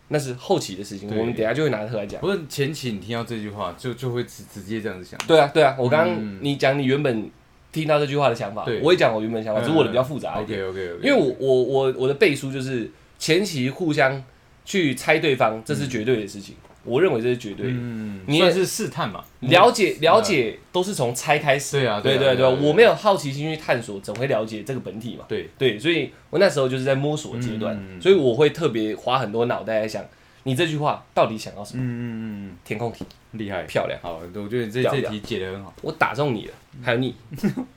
[SPEAKER 1] 那是后期的事情，
[SPEAKER 2] 对
[SPEAKER 1] 我们等一下就会拿出来讲。
[SPEAKER 2] 不是前期你听到这句话就就会直直接这样子想。
[SPEAKER 1] 对啊，对啊，我刚刚
[SPEAKER 2] 嗯
[SPEAKER 1] 你讲你原本听到这句话的想法
[SPEAKER 2] 对，
[SPEAKER 1] 我也讲我原本的想法，只是我的比较复杂一点，
[SPEAKER 2] OK OK OK，
[SPEAKER 1] 因为我我我我的背书就是前期互相去猜对方，这是绝对的事情，我认为这是绝对的。
[SPEAKER 2] 嗯，
[SPEAKER 1] 你
[SPEAKER 2] 你
[SPEAKER 1] 也
[SPEAKER 2] 也是试探嘛，
[SPEAKER 1] 了解了解都是从猜开始，
[SPEAKER 2] 对啊
[SPEAKER 1] 对
[SPEAKER 2] 嗯对啊
[SPEAKER 1] 对
[SPEAKER 2] 对啊对啊
[SPEAKER 1] 我没有好奇心去探索，怎会了解这个本体嘛？
[SPEAKER 2] 对，
[SPEAKER 1] 对，所以我那时候就是在摸索阶段，
[SPEAKER 2] 嗯嗯嗯
[SPEAKER 1] 所以我会特别花很多脑袋在想，你这句话到底想要什么？
[SPEAKER 2] 嗯嗯
[SPEAKER 1] 填空题，
[SPEAKER 2] 嗯，厉害，
[SPEAKER 1] 漂亮，
[SPEAKER 2] 好，我觉得这
[SPEAKER 1] 屌
[SPEAKER 2] 这
[SPEAKER 1] 屌
[SPEAKER 2] 题解的很好，
[SPEAKER 1] 我打中你了，还有你，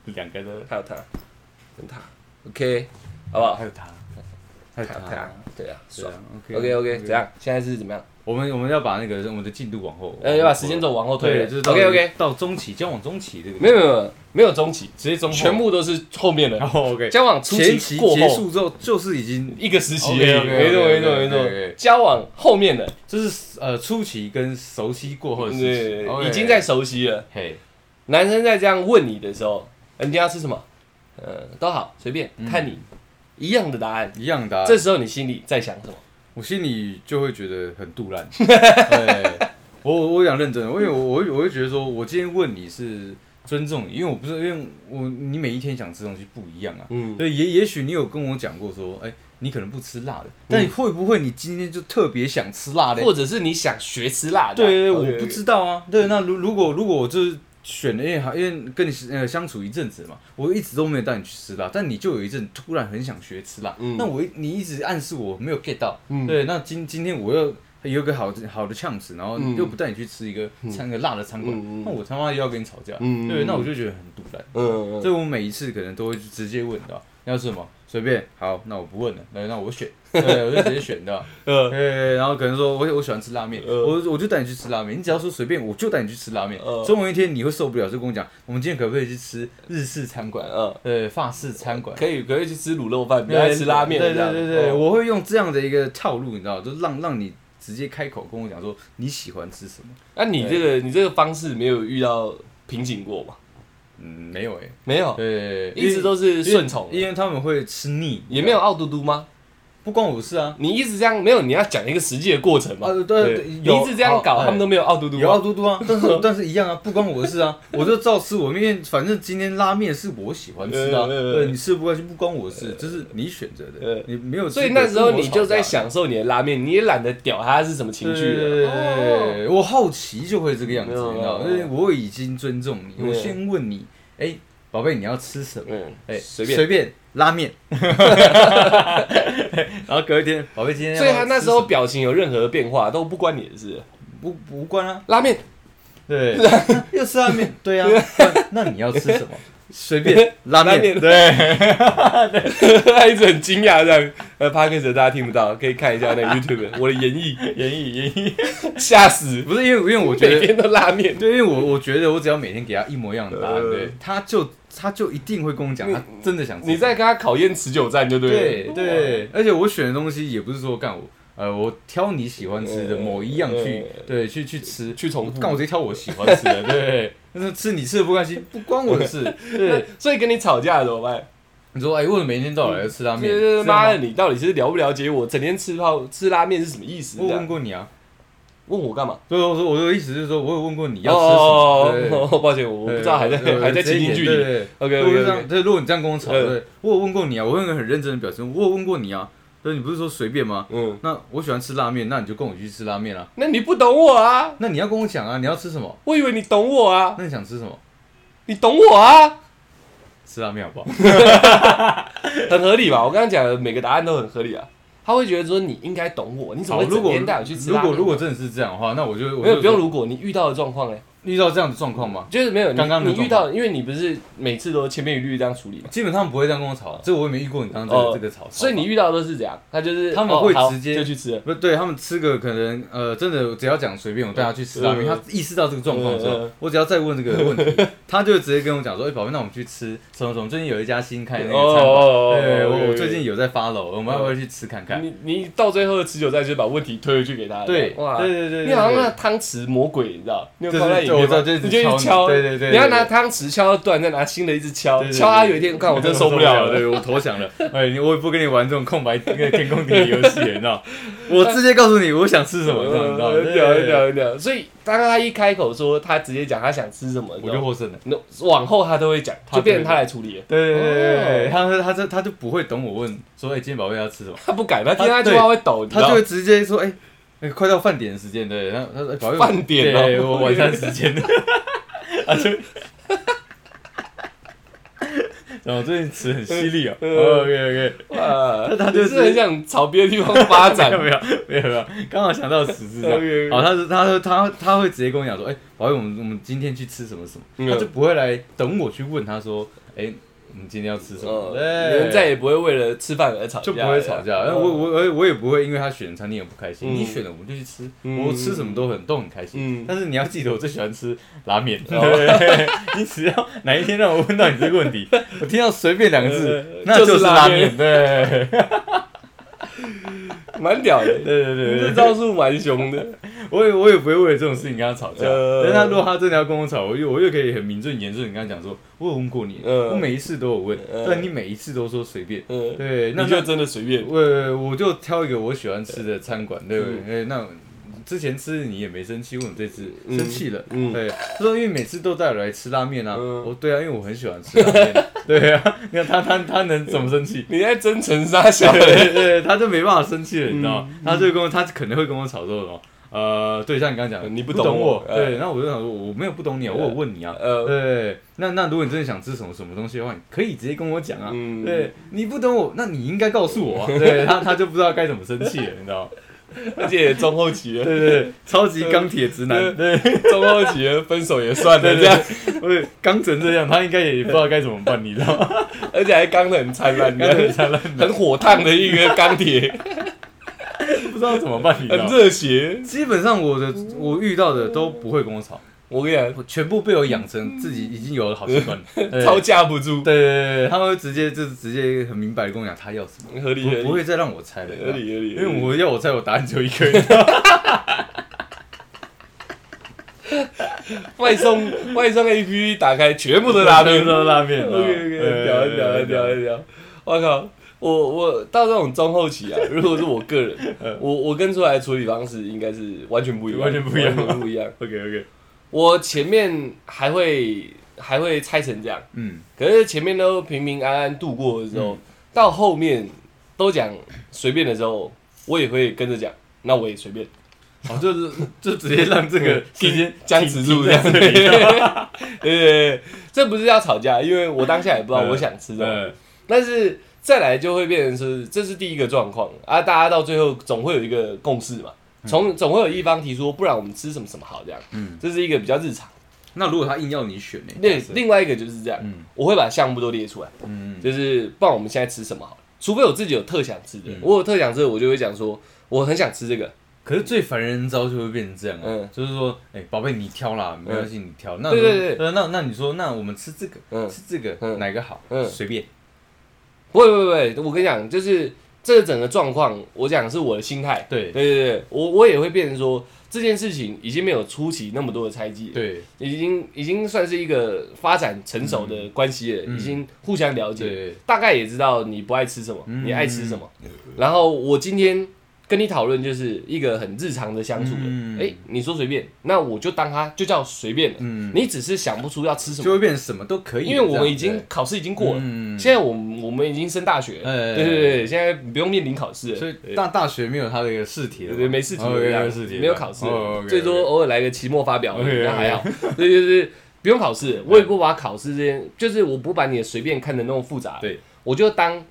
[SPEAKER 2] 两个的，
[SPEAKER 1] 还有他，跟他，OK，好不好？
[SPEAKER 2] 还有他，还有
[SPEAKER 1] 还有
[SPEAKER 2] 他
[SPEAKER 1] 他，对啊，
[SPEAKER 2] 对
[SPEAKER 1] 爽
[SPEAKER 2] 啊哦
[SPEAKER 1] ，OK OK，怎？样？现在是怎么样？
[SPEAKER 2] 我们我们要把那个我们的进度往后，
[SPEAKER 1] 呃，要把时间轴往后推
[SPEAKER 2] 对，
[SPEAKER 1] 了，
[SPEAKER 2] 就是
[SPEAKER 1] OK OK，
[SPEAKER 2] 到中期交往中期这个，
[SPEAKER 1] 没有没有没有没有中期，
[SPEAKER 2] 直接中后
[SPEAKER 1] 全，部都是后面
[SPEAKER 2] 然
[SPEAKER 1] 的，
[SPEAKER 2] 后 OK，
[SPEAKER 1] 交往初
[SPEAKER 2] 前期
[SPEAKER 1] 过
[SPEAKER 2] 结
[SPEAKER 1] 后。
[SPEAKER 2] 束之后就是已经
[SPEAKER 1] 一个时期
[SPEAKER 2] OK，OK，OK，
[SPEAKER 1] 没错没错
[SPEAKER 2] OK，OK，
[SPEAKER 1] 没
[SPEAKER 2] OK，OK
[SPEAKER 1] 错。交往后面的，
[SPEAKER 2] 就是呃初期跟熟悉过后的事情
[SPEAKER 1] 对，
[SPEAKER 2] OK
[SPEAKER 1] 已经在熟悉了。
[SPEAKER 2] 嘿，
[SPEAKER 1] 男生在这样问你的时候，人家要吃什么？呃，都好，随便看你一样的答案。
[SPEAKER 2] 一样的啊，
[SPEAKER 1] 这时候你心里在想什么？
[SPEAKER 2] 我心里就会觉得很肚烂。 (laughs) 对，我我想认真的，因为我我会我会觉得说，我今天问你是尊重你，因为我不是因为我你每一天想吃的东西不一样啊。
[SPEAKER 1] 嗯，
[SPEAKER 2] 对，也也许你有跟我讲过说，哎、你可能不吃辣的，但你会不会你今天就特别想吃辣的？
[SPEAKER 1] 或者是你想学吃辣的？
[SPEAKER 2] 对对，
[SPEAKER 1] OK，OK
[SPEAKER 2] 我不知道啊。对，那如如果如果我就是选了，因为好因为跟你呃相处一阵子嘛，我一直都没有带你去吃辣，但你就有一阵突然很想学吃辣，
[SPEAKER 1] 嗯
[SPEAKER 2] 那我一你一直暗示我没有 get 到，
[SPEAKER 1] 嗯
[SPEAKER 2] 对，那今今天我又有一个好好的呛词，然后
[SPEAKER 1] 嗯
[SPEAKER 2] 又不带你去吃一个餐个辣的餐馆，
[SPEAKER 1] 嗯嗯
[SPEAKER 2] 那我他妈又要跟你吵架，
[SPEAKER 1] 嗯嗯嗯
[SPEAKER 2] 对，那我就觉得很堵然。
[SPEAKER 1] 嗯
[SPEAKER 2] 所以我每一次可能都会直接问到要吃什么，随便，好，那我不问了，那那我选，对，我就直接选到，
[SPEAKER 1] 嗯
[SPEAKER 2] 对，然后可能说我我喜欢吃拉面，
[SPEAKER 1] 嗯
[SPEAKER 2] 我我就带你去吃拉面，你只要说随便，我就带你去吃拉面
[SPEAKER 1] 嗯。
[SPEAKER 2] 总有一天你会受不了，就跟我讲，我们今天可不可以去吃日式餐馆，
[SPEAKER 1] 嗯，
[SPEAKER 2] 对，法式餐馆。
[SPEAKER 1] 可以可以去吃卤肉饭，不要吃拉面
[SPEAKER 2] 对
[SPEAKER 1] 了这
[SPEAKER 2] 对
[SPEAKER 1] 样。
[SPEAKER 2] 对对，
[SPEAKER 1] 哦
[SPEAKER 2] 我会用这样的一个套路，你知道，就让让你直接开口跟我讲说你喜欢吃什么。
[SPEAKER 1] 那你这个你这个方式没有遇到瓶颈过吗？
[SPEAKER 2] 嗯，没有哎，
[SPEAKER 1] 没有，
[SPEAKER 2] 对，
[SPEAKER 1] 一直都是顺从的，
[SPEAKER 2] 因为他们会吃腻，
[SPEAKER 1] 也没有傲嘟嘟吗？
[SPEAKER 2] 不关我事啊。
[SPEAKER 1] 你一直这样没有，你要讲一个实际的过程嘛。
[SPEAKER 2] 啊对对
[SPEAKER 1] 对你
[SPEAKER 2] 有
[SPEAKER 1] 一直这样
[SPEAKER 2] 好
[SPEAKER 1] 搞，
[SPEAKER 2] 哎
[SPEAKER 1] 他们都没有傲嘟嘟
[SPEAKER 2] 有
[SPEAKER 1] 啊。
[SPEAKER 2] 啊，嘟嘟啊，但 (laughs) 是但是一样啊，不关我的事啊，我就照吃我面，反正今天拉面是我喜欢吃的啊，
[SPEAKER 1] 呃呃呃
[SPEAKER 2] 对，你吃不惯就不关我的事，这是你选择
[SPEAKER 1] 呃
[SPEAKER 2] 的，你没有资
[SPEAKER 1] 所
[SPEAKER 2] 格
[SPEAKER 1] 以
[SPEAKER 2] 跟
[SPEAKER 1] 那
[SPEAKER 2] 我吵架。
[SPEAKER 1] 时候你就在享受你的拉面，你也懒得屌他是什么情
[SPEAKER 2] 对。
[SPEAKER 1] 绪
[SPEAKER 2] 对
[SPEAKER 1] 了。
[SPEAKER 2] 对
[SPEAKER 1] 哦
[SPEAKER 2] 对，我好奇就会这个样子，
[SPEAKER 1] 没有
[SPEAKER 2] 你知道吗，
[SPEAKER 1] 没
[SPEAKER 2] 因
[SPEAKER 1] 有
[SPEAKER 2] 为我已经尊重你，
[SPEAKER 1] 对
[SPEAKER 2] 我先问你，哎，宝贝，你要吃什么？
[SPEAKER 1] 嗯，
[SPEAKER 2] 哎，
[SPEAKER 1] 随便
[SPEAKER 2] 随。便拉 (laughs) 面，然后隔一天，宝贝今天要
[SPEAKER 1] 所以他那时候
[SPEAKER 2] 吃
[SPEAKER 1] 表情有任何变化都不关你的事。
[SPEAKER 2] 什么不不关啊，
[SPEAKER 1] 拉面
[SPEAKER 2] 对， (laughs) 又吃拉
[SPEAKER 1] (laughs)
[SPEAKER 2] 面，对啊，那那你要吃什么？随便拉
[SPEAKER 1] 拉面
[SPEAKER 2] 面，对。
[SPEAKER 1] (laughs) 他一直很惊讶这样。呃 p a r k e r 大家听不到，可以看一
[SPEAKER 2] (laughs)
[SPEAKER 1] 下那个 YouTube 我的演绎，
[SPEAKER 2] 演绎演绎，
[SPEAKER 1] 吓死！
[SPEAKER 2] 不是因为因为我
[SPEAKER 1] (laughs)
[SPEAKER 2] 觉
[SPEAKER 1] 每
[SPEAKER 2] 得，
[SPEAKER 1] 天都拉面。
[SPEAKER 2] 对，因为我我觉得我只要每天给他一模一样的答案，
[SPEAKER 1] 呃
[SPEAKER 2] 对，他就他就一定会跟我讲，他真的想吃。
[SPEAKER 1] 你在跟他考验持久战就对
[SPEAKER 2] 对
[SPEAKER 1] 了。
[SPEAKER 2] 对，而且我选的东西也不是说干我，呃，我挑你喜欢吃的某一样去，对，去去吃，
[SPEAKER 1] 呃去重复
[SPEAKER 2] 干我直接挑我喜欢吃
[SPEAKER 1] (laughs)
[SPEAKER 2] 的，对，但是吃你吃的不开心，不关我的事。对，
[SPEAKER 1] 所以跟你吵架怎么办？
[SPEAKER 2] 你说哎，为什么每天到晚要吃拉面？
[SPEAKER 1] 就是
[SPEAKER 2] 这样吗
[SPEAKER 1] 妈的，你到底是了不了解我？整天吃泡吃拉面是什么意思？
[SPEAKER 2] 我
[SPEAKER 1] 这
[SPEAKER 2] 有
[SPEAKER 1] 样
[SPEAKER 2] 问过你啊，
[SPEAKER 1] 问我干嘛？
[SPEAKER 2] 所以我说我的意思是说，我有问过你要吃什么。对
[SPEAKER 1] 哦，哦抱歉，我不知道还在
[SPEAKER 2] 对
[SPEAKER 1] 还在
[SPEAKER 2] 直
[SPEAKER 1] 情
[SPEAKER 2] 接
[SPEAKER 1] 景
[SPEAKER 2] 演
[SPEAKER 1] 剧
[SPEAKER 2] 对
[SPEAKER 1] 里。
[SPEAKER 2] 对对
[SPEAKER 1] OK
[SPEAKER 2] 如果是
[SPEAKER 1] OK
[SPEAKER 2] 这样
[SPEAKER 1] OK，
[SPEAKER 2] 对，如果你这样跟我吵，
[SPEAKER 1] 嗯
[SPEAKER 2] 对，我有问过你啊，我用一个很认真的表情，我有问过你啊，对，你不是说随便吗？
[SPEAKER 1] 嗯，
[SPEAKER 2] 那我喜欢吃拉面，那你就跟我去吃拉面啊。
[SPEAKER 1] 那你不懂我啊？
[SPEAKER 2] 那你要跟我讲啊，你要吃什么？
[SPEAKER 1] 我以为你懂我啊，
[SPEAKER 2] 那你想吃什么？
[SPEAKER 1] 你懂我啊，
[SPEAKER 2] 吃拉面好不好？
[SPEAKER 1] 很合理吧？我刚刚讲的每个答案都很合理啊。他会觉得说你应该懂我，你怎么
[SPEAKER 2] 好，
[SPEAKER 1] 会
[SPEAKER 2] 如
[SPEAKER 1] 整
[SPEAKER 2] 果
[SPEAKER 1] 天带我去吃
[SPEAKER 2] 如
[SPEAKER 1] 拉面？啊
[SPEAKER 2] 果如果真的是这样的话，那我就我
[SPEAKER 1] 没有
[SPEAKER 2] 就
[SPEAKER 1] 不用，如果你遇到的状况嘞，欸
[SPEAKER 2] 遇到这样的状况嘛，
[SPEAKER 1] 就是没有你
[SPEAKER 2] 刚刚的
[SPEAKER 1] 你遇到，因为你不是每次都千篇一律这样处理嘛，
[SPEAKER 2] 基本上不会这样跟我吵，啊这我也没遇过你刚刚这
[SPEAKER 1] 哦
[SPEAKER 2] 个这个吵，
[SPEAKER 1] 所以你遇到的都是怎样？他就是
[SPEAKER 2] 他们会
[SPEAKER 1] 哦好
[SPEAKER 2] 直接
[SPEAKER 1] 就去吃了，
[SPEAKER 2] 不对，他们吃个可能呃，真的只要讲随便，我带他去吃拉
[SPEAKER 1] 嗯
[SPEAKER 2] 面，他意识到这个状况之
[SPEAKER 1] 嗯
[SPEAKER 2] 后
[SPEAKER 1] 嗯，
[SPEAKER 2] 我只要再问这个问题，他就直接跟我讲说：“哎，宝贝，那我们去吃什么什么？最近有一家新开的那个餐馆，
[SPEAKER 1] 哦
[SPEAKER 2] 对我我最
[SPEAKER 1] 有。
[SPEAKER 2] 近有在 follow，我们要不要去吃看看
[SPEAKER 1] 你你到最后的持久战就是把问题推回去给他？”，
[SPEAKER 2] 对，
[SPEAKER 1] 哇，
[SPEAKER 2] 对对对，
[SPEAKER 1] 你好像那
[SPEAKER 2] 对
[SPEAKER 1] 个汤匙魔鬼，你知道？你有
[SPEAKER 2] 对
[SPEAKER 1] 看到
[SPEAKER 2] 对
[SPEAKER 1] 影
[SPEAKER 2] 对我
[SPEAKER 1] 片
[SPEAKER 2] 知道
[SPEAKER 1] 吗？
[SPEAKER 2] 就一直
[SPEAKER 1] 你就去
[SPEAKER 2] 敲
[SPEAKER 1] 敲，
[SPEAKER 2] 对对对
[SPEAKER 1] 你要
[SPEAKER 2] 对
[SPEAKER 1] 拿
[SPEAKER 2] 对
[SPEAKER 1] 汤匙敲断，再拿新的一直敲
[SPEAKER 2] 对，对
[SPEAKER 1] 敲他
[SPEAKER 2] 对
[SPEAKER 1] 有一天，看我真
[SPEAKER 2] 真
[SPEAKER 1] 受不了了。
[SPEAKER 2] 对我投降了。哎，你我也不跟你玩这种空白那个天空地理游戏了，你知道？我直接告诉你我想吃什么，这样你知道吗？
[SPEAKER 1] 很屌很屌很屌！所以当他一开口说他直接讲他想吃什么，
[SPEAKER 2] 我就获胜了。
[SPEAKER 1] 那往后他都会讲，
[SPEAKER 2] 他
[SPEAKER 1] 就变成
[SPEAKER 2] 对
[SPEAKER 1] 他来处理了。
[SPEAKER 2] 对对对对，
[SPEAKER 1] 哦
[SPEAKER 2] 他说他这他就不会懂我问说，哎、今天宝贝要吃什么？
[SPEAKER 1] 他不敢，他听
[SPEAKER 2] 他
[SPEAKER 1] 他句
[SPEAKER 2] 对
[SPEAKER 1] 话会抖，你知
[SPEAKER 2] 他
[SPEAKER 1] 道
[SPEAKER 2] 就会直接说，哎、哎快到饭点的时间，对，然后他说哎宝贝我
[SPEAKER 1] 饭点哦
[SPEAKER 2] 对，我晚餐时间， (laughs) 他就， (laughs) 然后我最近吃很犀利哦、
[SPEAKER 1] 嗯
[SPEAKER 2] o k OK，
[SPEAKER 1] 哇
[SPEAKER 2] 他他就
[SPEAKER 1] 呃你
[SPEAKER 2] 是
[SPEAKER 1] 是很想朝别的地方发展
[SPEAKER 2] (laughs) 没有。没有没有没有，刚好想到十字 (laughs)
[SPEAKER 1] OK，OK
[SPEAKER 2] 样。好，他是他说他他会直接跟我讲说，哎、宝贝我们我们今天去吃什么什么，
[SPEAKER 1] 嗯
[SPEAKER 2] 他就不会来等我去问他说，哎、我们今天要吃什么？
[SPEAKER 1] 嗯，
[SPEAKER 2] 对
[SPEAKER 1] 你们再也不会为了吃饭而吵架，
[SPEAKER 2] 就不会吵架。
[SPEAKER 1] 对
[SPEAKER 2] 嗯然
[SPEAKER 1] 吧
[SPEAKER 2] 后我我哎我也我也不会因为他选的餐厅很不开心，
[SPEAKER 1] 嗯
[SPEAKER 2] 你选了我们就去吃，
[SPEAKER 1] 嗯
[SPEAKER 2] 我吃什么都很都很开
[SPEAKER 1] 嗯
[SPEAKER 2] 心。但是你要记得，我最喜欢吃
[SPEAKER 1] (laughs)
[SPEAKER 2] 拉面。
[SPEAKER 1] 哦
[SPEAKER 2] 对 (laughs) 你只要哪一天让我问到你这个问题，我听到随便两个字
[SPEAKER 1] 呃，
[SPEAKER 2] 那
[SPEAKER 1] 就是
[SPEAKER 2] 是
[SPEAKER 1] 拉
[SPEAKER 2] 拉
[SPEAKER 1] 面
[SPEAKER 2] 面。对
[SPEAKER 1] (laughs)
[SPEAKER 2] (laughs)
[SPEAKER 1] 蛮屌的。
[SPEAKER 2] 对对
[SPEAKER 1] 这
[SPEAKER 2] 对对，
[SPEAKER 1] 招数蛮凶的，
[SPEAKER 2] 我也我也不会为了这种事情跟他吵架。
[SPEAKER 1] 呃
[SPEAKER 2] 但他如果他真的要跟我吵，我又我又可以很名正言顺地跟他讲说，我有问过你，
[SPEAKER 1] 呃
[SPEAKER 2] 我每一次都有问，
[SPEAKER 1] 呃
[SPEAKER 2] 但你每一次都说随便。
[SPEAKER 1] 嗯，
[SPEAKER 2] 对，那
[SPEAKER 1] 你就真的随便，
[SPEAKER 2] 我我就挑一个我喜欢吃的餐馆，对不对？哎那之前吃你也没生气，为什么这次
[SPEAKER 1] 嗯
[SPEAKER 2] 生气了？
[SPEAKER 1] 嗯
[SPEAKER 2] 对，他说因为每次都带我来吃拉面啊，
[SPEAKER 1] 嗯
[SPEAKER 2] 哦，对啊，因为我很喜欢吃拉面， (laughs) 对啊，你看他他他能怎么
[SPEAKER 1] (laughs)
[SPEAKER 2] 生气？
[SPEAKER 1] 你在真诚杀小
[SPEAKER 2] 对
[SPEAKER 1] 人，
[SPEAKER 2] 对对，他就没办法生气了，你知道吗？
[SPEAKER 1] 嗯
[SPEAKER 2] 他就跟我，他可能会跟我吵说什么，呃，对，像你刚刚讲的，
[SPEAKER 1] 你不
[SPEAKER 2] 不
[SPEAKER 1] 懂我
[SPEAKER 2] 我，
[SPEAKER 1] 呃
[SPEAKER 2] 对，那我就想说，我没有不懂你啊，我有问你啊，
[SPEAKER 1] 呃，
[SPEAKER 2] 对，那那如果你真的想吃什么什么东西的话，你可以直接跟我讲啊。
[SPEAKER 1] 嗯
[SPEAKER 2] 对，你不懂我，那你应该告诉我啊。对他，他就不知道该怎么生气了，你知道吗？
[SPEAKER 1] 而且也中后期了，
[SPEAKER 2] 对对对，超级钢铁直男，
[SPEAKER 1] 对，中后期了分手也算了
[SPEAKER 2] 对
[SPEAKER 1] 这样，
[SPEAKER 2] 对，不是刚成这样，他应该也不知道该怎么办，你知道吗？
[SPEAKER 1] 而且还刚的很灿烂，
[SPEAKER 2] 刚
[SPEAKER 1] 的
[SPEAKER 2] 成灿烂，
[SPEAKER 1] 很火烫的一个钢
[SPEAKER 2] (laughs)
[SPEAKER 1] 铁，
[SPEAKER 2] 不知道怎么办，你知道
[SPEAKER 1] 很
[SPEAKER 2] 吗？
[SPEAKER 1] 热血。
[SPEAKER 2] 基本上我的我遇到的都不会跟我吵，
[SPEAKER 1] 我跟你讲，
[SPEAKER 2] 我全部被我养成自己已经有了好习惯了，对
[SPEAKER 1] 超架不住，
[SPEAKER 2] 对对对对，他们会直接就是直接很明白的跟我讲他要什么，
[SPEAKER 1] 合理合
[SPEAKER 2] 不不
[SPEAKER 1] 理
[SPEAKER 2] 会再让我猜了，
[SPEAKER 1] 合理合理，
[SPEAKER 2] 因为我要我猜我答案只有一个，你知道吗
[SPEAKER 1] 外送外送 A P P 打开，全部都拉面，
[SPEAKER 2] 全部都是拉面
[SPEAKER 1] OK OK，
[SPEAKER 2] 对
[SPEAKER 1] 屌
[SPEAKER 2] 对
[SPEAKER 1] 屌
[SPEAKER 2] 对
[SPEAKER 1] 屌屌！我靠，我我到这种中后期啊，如果是我个人，我我跟出来的处理方式应该是完全不一样，
[SPEAKER 2] 完全不一样吗
[SPEAKER 1] 完全不一样。
[SPEAKER 2] OK OK，
[SPEAKER 1] 我前面还会还会拆成这样，
[SPEAKER 2] 嗯，
[SPEAKER 1] 可是前面都平平安安度过的时候，
[SPEAKER 2] 嗯
[SPEAKER 1] 到后面都讲随便的时候，我也会跟着讲，那我也随便。
[SPEAKER 2] 好，就是就直接让这个时间
[SPEAKER 1] 僵持住这样子。(laughs)
[SPEAKER 2] 停
[SPEAKER 1] 对
[SPEAKER 2] 停在这里
[SPEAKER 1] 对对，这不是要吵架，因为我当下也不知道
[SPEAKER 2] 嗯
[SPEAKER 1] 我想
[SPEAKER 2] (laughs)
[SPEAKER 1] 吃什么，
[SPEAKER 2] 嗯
[SPEAKER 1] 但是再来就会变成是这是第一个状况啊，大家到最后总会有一个共识嘛，从总会有一方提出，不然我们吃什么什么好这样，
[SPEAKER 2] 嗯，
[SPEAKER 1] 这是一个比较日常。
[SPEAKER 2] 那如果他硬要你选呢？
[SPEAKER 1] 另
[SPEAKER 2] 假设
[SPEAKER 1] 另外一个就是这样，
[SPEAKER 2] 嗯
[SPEAKER 1] 我会把项目都列出来，
[SPEAKER 2] 嗯
[SPEAKER 1] 就是不然我们现在吃什么好了，除非我自己有特想吃的
[SPEAKER 2] 嗯，
[SPEAKER 1] 我有特想吃的，我就会讲说我很想吃这个，
[SPEAKER 2] 可是最烦人招就会变成这样啊，
[SPEAKER 1] 嗯
[SPEAKER 2] 就是说，哎、宝贝你挑啦，没关系你挑。那
[SPEAKER 1] 对
[SPEAKER 2] 如果
[SPEAKER 1] 对
[SPEAKER 2] 呃那那你说，那我们吃这个，
[SPEAKER 1] 嗯
[SPEAKER 2] 吃这个、
[SPEAKER 1] 嗯
[SPEAKER 2] 哪个好？
[SPEAKER 1] 嗯
[SPEAKER 2] 随便。
[SPEAKER 1] 不会不会不会，我跟你讲，就是这整个状况，我讲是我的心态。对
[SPEAKER 2] 对
[SPEAKER 1] 对对，我我也会变成说这件事情已经没有初期那么多的猜忌了，
[SPEAKER 2] 对
[SPEAKER 1] 已经已经算是一个发展成熟的关系了，
[SPEAKER 2] 嗯
[SPEAKER 1] 已经互相了解，
[SPEAKER 2] 对，
[SPEAKER 1] 大概也知道你不爱吃什么，
[SPEAKER 2] 嗯
[SPEAKER 1] 你爱吃什么。然后我今天跟你讨论就是一个很日常的相处了，哎、
[SPEAKER 2] 嗯
[SPEAKER 1] 你说随便，那我就当它就叫随便了，
[SPEAKER 2] 嗯，
[SPEAKER 1] 你只是想不出要吃什
[SPEAKER 2] 就
[SPEAKER 1] 么，
[SPEAKER 2] 会变成什么都可以，
[SPEAKER 1] 因为我
[SPEAKER 2] 这
[SPEAKER 1] 们
[SPEAKER 2] 样
[SPEAKER 1] 已经考试已经过了。
[SPEAKER 2] 嗯
[SPEAKER 1] 现在我们我们已经升大学了，
[SPEAKER 2] 哎
[SPEAKER 1] 对对对，现在不用面临考试了，
[SPEAKER 2] 所以
[SPEAKER 1] 对
[SPEAKER 2] 大大学没有他的一个试题了
[SPEAKER 1] 对
[SPEAKER 2] 嘛，
[SPEAKER 1] 对没试题了，
[SPEAKER 2] 哦没
[SPEAKER 1] 这样
[SPEAKER 2] 有试题了，
[SPEAKER 1] 没有考试了，
[SPEAKER 2] 哦，OK，OK
[SPEAKER 1] 最多偶尔来个期末发表，
[SPEAKER 2] OK，OK
[SPEAKER 1] 那还好。对对对，不用考试，我也不把考试这件，就是我不把你的随便看的那么复杂，
[SPEAKER 2] 对，
[SPEAKER 1] 我就当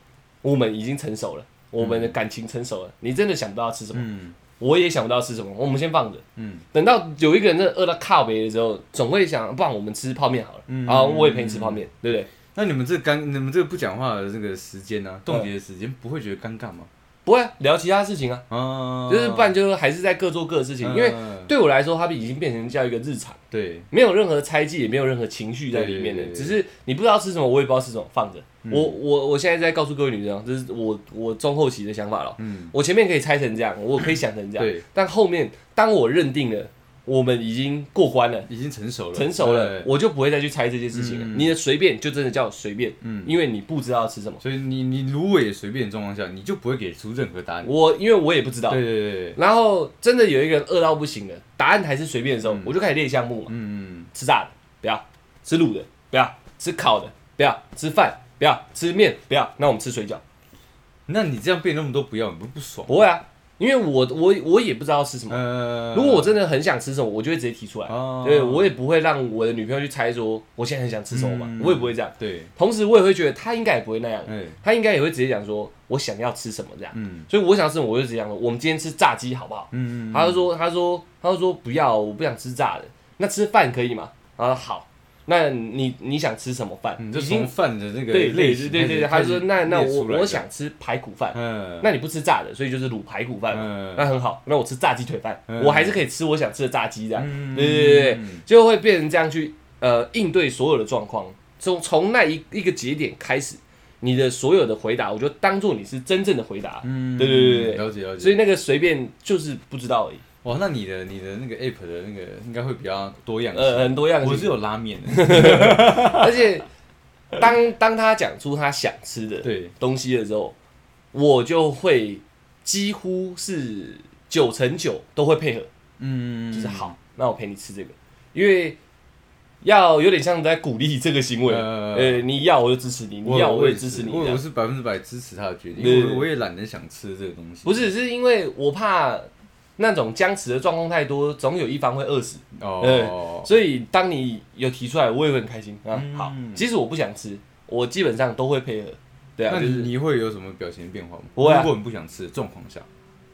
[SPEAKER 1] 我们已经成熟了，我们的感情成熟了，你真的想不到要吃什么，
[SPEAKER 2] 嗯
[SPEAKER 1] 我也想不到要吃什么，我们先放着，
[SPEAKER 2] 嗯
[SPEAKER 1] 等到有一个人真的饿到靠北的时候，总会想，不然我们吃泡面好了，
[SPEAKER 2] 嗯
[SPEAKER 1] 然后我也陪你吃泡面，对不对？
[SPEAKER 2] 那你们这干，你们这个不讲话的这个时
[SPEAKER 1] 嗯
[SPEAKER 2] 间呢、啊，冻结的时间，不会觉得尴尬吗？
[SPEAKER 1] 不会啊聊其他事情啊。
[SPEAKER 2] 啊，
[SPEAKER 1] 就是不然就还是在各做各的事情，因为
[SPEAKER 2] 嗯
[SPEAKER 1] 对我来说，它已经变成叫一个日常，
[SPEAKER 2] 对，
[SPEAKER 1] 没有任何猜忌，也没有任何情绪在里面的
[SPEAKER 2] 对，对对嗯
[SPEAKER 1] 只是你不知道吃什么，我也不知道吃什么，放着。我我我现在在告诉各位女生，这是我我中后期的想法了。
[SPEAKER 2] 嗯，
[SPEAKER 1] 我前面可以猜成这样，我可以想成这
[SPEAKER 2] 对
[SPEAKER 1] 样，但后面当我认定了我们已经过关了。
[SPEAKER 2] 已经成熟了，
[SPEAKER 1] 成熟了
[SPEAKER 2] 对，
[SPEAKER 1] 我就不会再去猜这些事情了。
[SPEAKER 2] 嗯
[SPEAKER 1] 你的随便就真的叫随便，
[SPEAKER 2] 嗯
[SPEAKER 1] 因为你不知道吃什么。
[SPEAKER 2] 所以你你如果也随便的状况下，你就不会给出任何答案。
[SPEAKER 1] 我因为我也不知道，
[SPEAKER 2] 对对对对，
[SPEAKER 1] 然后真的有一个人饿到不行了，答案还是随便的时候，我就开始列项目嘛，
[SPEAKER 2] 嗯，
[SPEAKER 1] 吃炸的不要，吃卤的不要，吃烤的不要，吃饭不要，吃面不要，那我们吃水饺
[SPEAKER 2] 那你这样变那么多不要，你不不爽？
[SPEAKER 1] 不会啊，因为我我我也不知道吃什么。
[SPEAKER 2] 呃，
[SPEAKER 1] 如果我真的很想吃什么，我就会直接提出来，
[SPEAKER 2] 哦
[SPEAKER 1] 对我也不会让我的女朋友去猜说我现在很想吃什么嘛，
[SPEAKER 2] 嗯
[SPEAKER 1] 我也不会这样。
[SPEAKER 2] 对，
[SPEAKER 1] 同时，我也会觉得她应该也不会那样，
[SPEAKER 2] 哎，
[SPEAKER 1] 她应该也会直接讲说我想要吃什么这样。
[SPEAKER 2] 嗯
[SPEAKER 1] 所以我想吃什么，我就直接讲说我们今天吃炸鸡好不好？
[SPEAKER 2] 嗯，
[SPEAKER 1] 他就说，他说，他就说不要，我不想吃炸的。那吃饭可以吗？然后好，那你你想吃什么饭？
[SPEAKER 2] 嗯
[SPEAKER 1] 已
[SPEAKER 2] 就
[SPEAKER 1] 经
[SPEAKER 2] 从饭的那个
[SPEAKER 1] 对对
[SPEAKER 2] 类
[SPEAKER 1] 对
[SPEAKER 2] 型
[SPEAKER 1] 对对，
[SPEAKER 2] 开
[SPEAKER 1] 他
[SPEAKER 2] 始
[SPEAKER 1] 说那那
[SPEAKER 2] 列出
[SPEAKER 1] 我
[SPEAKER 2] 来
[SPEAKER 1] 我想吃排骨饭，
[SPEAKER 2] 嗯，
[SPEAKER 1] 那你不吃炸的，所以就是卤排骨饭嘛。
[SPEAKER 2] 嗯
[SPEAKER 1] 那很好，那我吃炸鸡腿饭，
[SPEAKER 2] 嗯
[SPEAKER 1] 我还是可以吃我想吃的炸鸡这样。
[SPEAKER 2] 嗯
[SPEAKER 1] 对对对对，就会变成这样去呃应对所有的状况。从从那一一个节点开始，你的所有的回答，我就当做你是真正的回答。
[SPEAKER 2] 嗯，
[SPEAKER 1] 对对对对对
[SPEAKER 2] 了解了解。
[SPEAKER 1] 所以那个随便就是不知道而已，
[SPEAKER 2] 哇，那你的你的那个 app 的那个应该会比较多样
[SPEAKER 1] 呃，
[SPEAKER 2] 性。
[SPEAKER 1] 很多样性。
[SPEAKER 2] 我是有拉面
[SPEAKER 1] (laughs)
[SPEAKER 2] 的，
[SPEAKER 1] 而且当当他讲出他想吃的
[SPEAKER 2] 对，
[SPEAKER 1] 东西的时候，我就会几乎是九成九都会配合，
[SPEAKER 2] 嗯，
[SPEAKER 1] 就是好，那我陪你吃这个，因为要有点像在鼓励这个行为，
[SPEAKER 2] 呃
[SPEAKER 1] 呃，你要我就支持你，你
[SPEAKER 2] 我，
[SPEAKER 1] 要
[SPEAKER 2] 我
[SPEAKER 1] 我
[SPEAKER 2] 也
[SPEAKER 1] 也支持你，
[SPEAKER 2] 我
[SPEAKER 1] 这
[SPEAKER 2] 我
[SPEAKER 1] 样
[SPEAKER 2] 是百分之百支持他的决定，
[SPEAKER 1] 对
[SPEAKER 2] 因
[SPEAKER 1] 对
[SPEAKER 2] 为
[SPEAKER 1] 对
[SPEAKER 2] 我也懒得想吃这个东西。
[SPEAKER 1] 不是是因为我怕那种僵持的状况太多，总有一方会饿死， (laughs)
[SPEAKER 2] 哦，
[SPEAKER 1] 所以当你有提出来，我也会很开心啊。好，
[SPEAKER 2] 嗯
[SPEAKER 1] 即使我不想吃，我基本上都会配合，对啊，
[SPEAKER 2] 那
[SPEAKER 1] 就
[SPEAKER 2] 你
[SPEAKER 1] 是。
[SPEAKER 2] 你会有什么表情变化吗？
[SPEAKER 1] 不会啊
[SPEAKER 2] 如果你不想吃的状况下，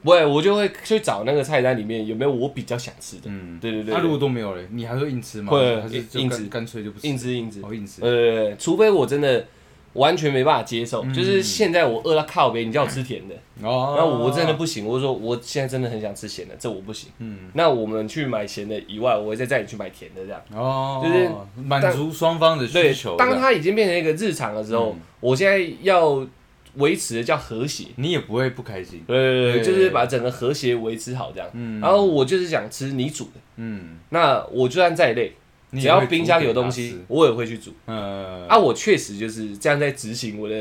[SPEAKER 1] 不会，我就会去找那个菜单里面有没有我比较想吃的。
[SPEAKER 2] 嗯，
[SPEAKER 1] 对对对，
[SPEAKER 2] 那如果都没有嘞，你还会硬吃吗？
[SPEAKER 1] 会
[SPEAKER 2] 还是就
[SPEAKER 1] 硬
[SPEAKER 2] 干
[SPEAKER 1] 吃
[SPEAKER 2] 干脆就不吃？
[SPEAKER 1] 硬吃硬吃，
[SPEAKER 2] 哦，硬吃。
[SPEAKER 1] 呃，除非我真的完全没办法接受，
[SPEAKER 2] 嗯
[SPEAKER 1] 就是现在我饿到靠北，你叫我吃甜的，
[SPEAKER 2] 哦，
[SPEAKER 1] 那我真的，不行。我说我现在真的很想吃咸的，这我不行。
[SPEAKER 2] 嗯，
[SPEAKER 1] 那我们去买咸的以外，我会再带你去买甜的这样。
[SPEAKER 2] 哦，
[SPEAKER 1] 就是
[SPEAKER 2] 满足双方的需
[SPEAKER 1] 对
[SPEAKER 2] 求。，
[SPEAKER 1] 当
[SPEAKER 2] 这样
[SPEAKER 1] 它已经变成一个日常的时候，
[SPEAKER 2] 嗯
[SPEAKER 1] 我现在要维持的叫和谐。
[SPEAKER 2] 你也不会不开心。
[SPEAKER 1] 对对对，
[SPEAKER 2] 对
[SPEAKER 1] 就是把整个和谐维持好这样。
[SPEAKER 2] 嗯
[SPEAKER 1] 然后我就是想吃你煮的，
[SPEAKER 2] 嗯，
[SPEAKER 1] 那我就算再累，
[SPEAKER 2] 你
[SPEAKER 1] 只
[SPEAKER 2] 也会
[SPEAKER 1] 要冰箱有东
[SPEAKER 2] 煮
[SPEAKER 1] 西
[SPEAKER 2] 给，
[SPEAKER 1] 我也会去煮。
[SPEAKER 2] 他吃，呃，
[SPEAKER 1] 啊，我确实就是这样在执行我的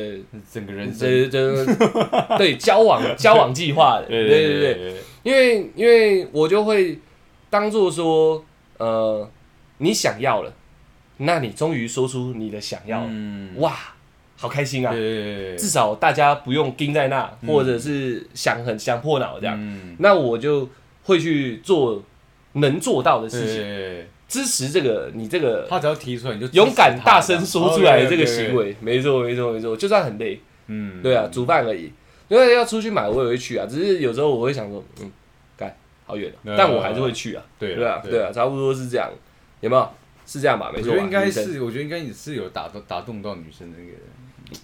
[SPEAKER 2] 整个人生，
[SPEAKER 1] 这这
[SPEAKER 2] (laughs)
[SPEAKER 1] 对交往交往计划的，对对对，
[SPEAKER 2] 对，
[SPEAKER 1] 因为因为我就会当做说，呃，你想要了，那你终于说出你的想要了，
[SPEAKER 2] 嗯，
[SPEAKER 1] 哇，好开心啊！
[SPEAKER 2] 对，
[SPEAKER 1] 至少大家不用盯在那，或者是想很想破脑这样。
[SPEAKER 2] 嗯，
[SPEAKER 1] 那我就会去做能做到的
[SPEAKER 2] 对
[SPEAKER 1] 事
[SPEAKER 2] 对
[SPEAKER 1] 情，
[SPEAKER 2] 对，
[SPEAKER 1] 支持这个你这个
[SPEAKER 2] 他只要提出来，你就
[SPEAKER 1] 勇敢大声说出来的这个
[SPEAKER 2] 为。对对
[SPEAKER 1] 行
[SPEAKER 2] 对
[SPEAKER 1] 为。没错，没错，没错，就算很累，
[SPEAKER 2] 嗯，
[SPEAKER 1] 对啊，，煮饭而已。因为要出去买，我也会去啊。只是有时候我会想说，嗯，干好远啊，
[SPEAKER 2] 呃
[SPEAKER 1] 但我还是会去啊。
[SPEAKER 2] 对
[SPEAKER 1] 对啊，对啊，
[SPEAKER 2] 啊，
[SPEAKER 1] 差不多是这样，有没有？是这样吧？没
[SPEAKER 2] 我
[SPEAKER 1] 错
[SPEAKER 2] 觉
[SPEAKER 1] 吧，
[SPEAKER 2] 得应该
[SPEAKER 1] 女生。
[SPEAKER 2] 是，我觉得应该也是有打动打动到女生的那个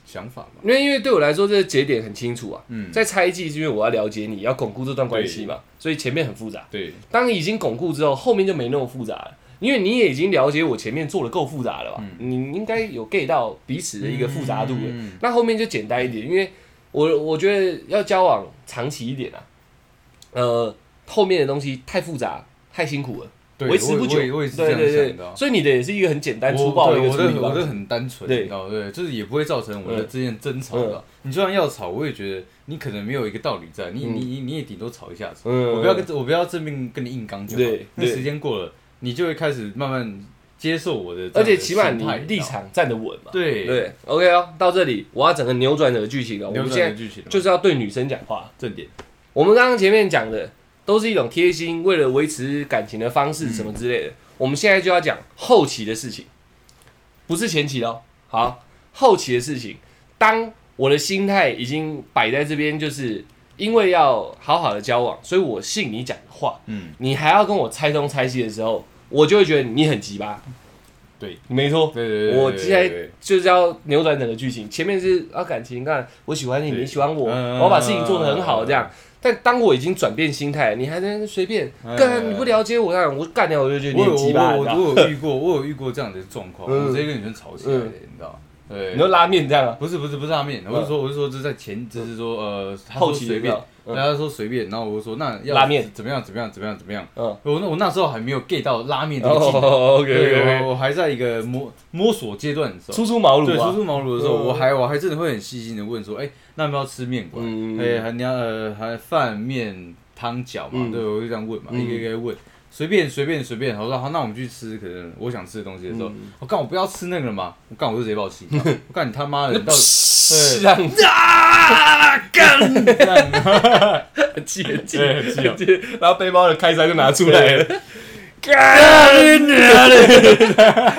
[SPEAKER 2] 想法吧。
[SPEAKER 1] 因为因为对我来说，这个节点很清楚啊。
[SPEAKER 2] 嗯，
[SPEAKER 1] 在猜忌是因为我要了解你，要巩固这段关系嘛，所以前面很复杂。
[SPEAKER 2] 对，
[SPEAKER 1] 当你已经巩固之后，后面就没那么复杂了，因为你也已经了解我前面做的够复杂了吧？你应该有 get 到彼此的一个复杂度了。
[SPEAKER 2] 嗯
[SPEAKER 1] 那后面就简单一点，因为我我觉得要交往长期一点啊，呃，后面的东西太复杂太辛苦了，
[SPEAKER 2] 对
[SPEAKER 1] 维持
[SPEAKER 2] 我
[SPEAKER 1] 不久。
[SPEAKER 2] 我也我也是这
[SPEAKER 1] 对对
[SPEAKER 2] 样
[SPEAKER 1] 对
[SPEAKER 2] 想的啊。
[SPEAKER 1] 所以你的也是一个很简单粗暴
[SPEAKER 2] 我
[SPEAKER 1] 的一
[SPEAKER 2] 对
[SPEAKER 1] 个
[SPEAKER 2] 我
[SPEAKER 1] 处理
[SPEAKER 2] 的
[SPEAKER 1] 方
[SPEAKER 2] 我的
[SPEAKER 1] 式。
[SPEAKER 2] 很单纯，
[SPEAKER 1] 对嗯
[SPEAKER 2] 你知道对，就是也不会造成我的之间争吵的啊。你就算要吵，我也觉得你可能没有一个道理在，你
[SPEAKER 1] 嗯
[SPEAKER 2] 你你你也顶多吵一下子。
[SPEAKER 1] 嗯
[SPEAKER 2] 我不要跟我不要正面跟你硬刚就好
[SPEAKER 1] 对。
[SPEAKER 2] 那
[SPEAKER 1] 对
[SPEAKER 2] 时间过了，你就会开始慢慢接受我的这样的
[SPEAKER 1] 而且起码
[SPEAKER 2] 心
[SPEAKER 1] 你
[SPEAKER 2] 态
[SPEAKER 1] 立
[SPEAKER 2] 知道吗
[SPEAKER 1] 场站得稳嘛。
[SPEAKER 2] 对，
[SPEAKER 1] 对，OK 哦，到这里我要整个扭转整个剧情哦了。我
[SPEAKER 2] 扭
[SPEAKER 1] 们
[SPEAKER 2] 转
[SPEAKER 1] 现
[SPEAKER 2] 的
[SPEAKER 1] 在
[SPEAKER 2] 剧情了
[SPEAKER 1] 就是要对女生讲话。
[SPEAKER 2] 正点，
[SPEAKER 1] 我们刚刚前面讲的都是一种贴心，为了维持感情的方式什么之类的。我们现在就要讲后期的事情，不是前期的哦。好，后期的事情，当我的心态已经摆在这边，就是因为要好好的交往，所以我信你讲的话，
[SPEAKER 2] 嗯，
[SPEAKER 1] 你还要跟我猜东猜西的时候，我就会觉得你很急吧？
[SPEAKER 2] 对，
[SPEAKER 1] 没错，
[SPEAKER 2] 对对对，
[SPEAKER 1] 我
[SPEAKER 2] 对
[SPEAKER 1] 现在
[SPEAKER 2] 对
[SPEAKER 1] 就是要扭转整个剧情。前面是啊感情，看我喜欢你，
[SPEAKER 2] 对
[SPEAKER 1] 你喜欢我，
[SPEAKER 2] 嗯
[SPEAKER 1] 我把事情做得很好这样。但当我已经转变心态，你还在那边随便
[SPEAKER 2] 嗯
[SPEAKER 1] 干，你不了解我，那我干掉我就觉得
[SPEAKER 2] 我
[SPEAKER 1] 你很
[SPEAKER 2] 有
[SPEAKER 1] 鸡巴，
[SPEAKER 2] 我
[SPEAKER 1] 你知道
[SPEAKER 2] 我
[SPEAKER 1] 吗？ (laughs)
[SPEAKER 2] 我有遇过，我有遇过这样的状况，
[SPEAKER 1] 嗯
[SPEAKER 2] 我直接跟女生吵起来的，你知道吗？对
[SPEAKER 1] 你，说嗯拉面这样啊？
[SPEAKER 2] 不是不是不是拉面，我是说我是说这是在前，就是说呃，他
[SPEAKER 1] 后
[SPEAKER 2] 说
[SPEAKER 1] 期
[SPEAKER 2] 随便
[SPEAKER 1] 有没，有
[SPEAKER 2] 对他说随便，然后我就说那要
[SPEAKER 1] 嗯拉面
[SPEAKER 2] 怎么样怎么样怎么样怎么样，
[SPEAKER 1] 嗯，
[SPEAKER 2] 我那我那时候还没有 get 到拉面这
[SPEAKER 1] 哦
[SPEAKER 2] 个技能，
[SPEAKER 1] ，OK
[SPEAKER 2] 对，
[SPEAKER 1] OK，
[SPEAKER 2] 我我还在一个摸摸索阶段的时候，
[SPEAKER 1] 初出茅
[SPEAKER 2] 对，
[SPEAKER 1] 庐
[SPEAKER 2] 初
[SPEAKER 1] 啊，
[SPEAKER 2] 出茅庐的时候，
[SPEAKER 1] 嗯
[SPEAKER 2] 我还我还真的会很细心的问说，哎、那要不要吃面馆？
[SPEAKER 1] 嗯
[SPEAKER 2] 哎、还你要呃还饭面汤饺嘛？
[SPEAKER 1] 嗯
[SPEAKER 2] 对，我就这样问嘛，
[SPEAKER 1] 嗯
[SPEAKER 2] 一个一个问，随便随便随便。我说好，那我们去吃可能我想吃的东西的时候，
[SPEAKER 1] 嗯
[SPEAKER 2] 我干、我不要吃那个了嘛，我干我就直接把
[SPEAKER 1] (laughs)
[SPEAKER 2] 我气到，我干你他妈的，你到底
[SPEAKER 1] 是这样子啊，干，
[SPEAKER 2] 这样？
[SPEAKER 1] 气很气
[SPEAKER 2] 对很气哦
[SPEAKER 1] 气然后背包的开塞就拿出来了， (laughs) 干娘的，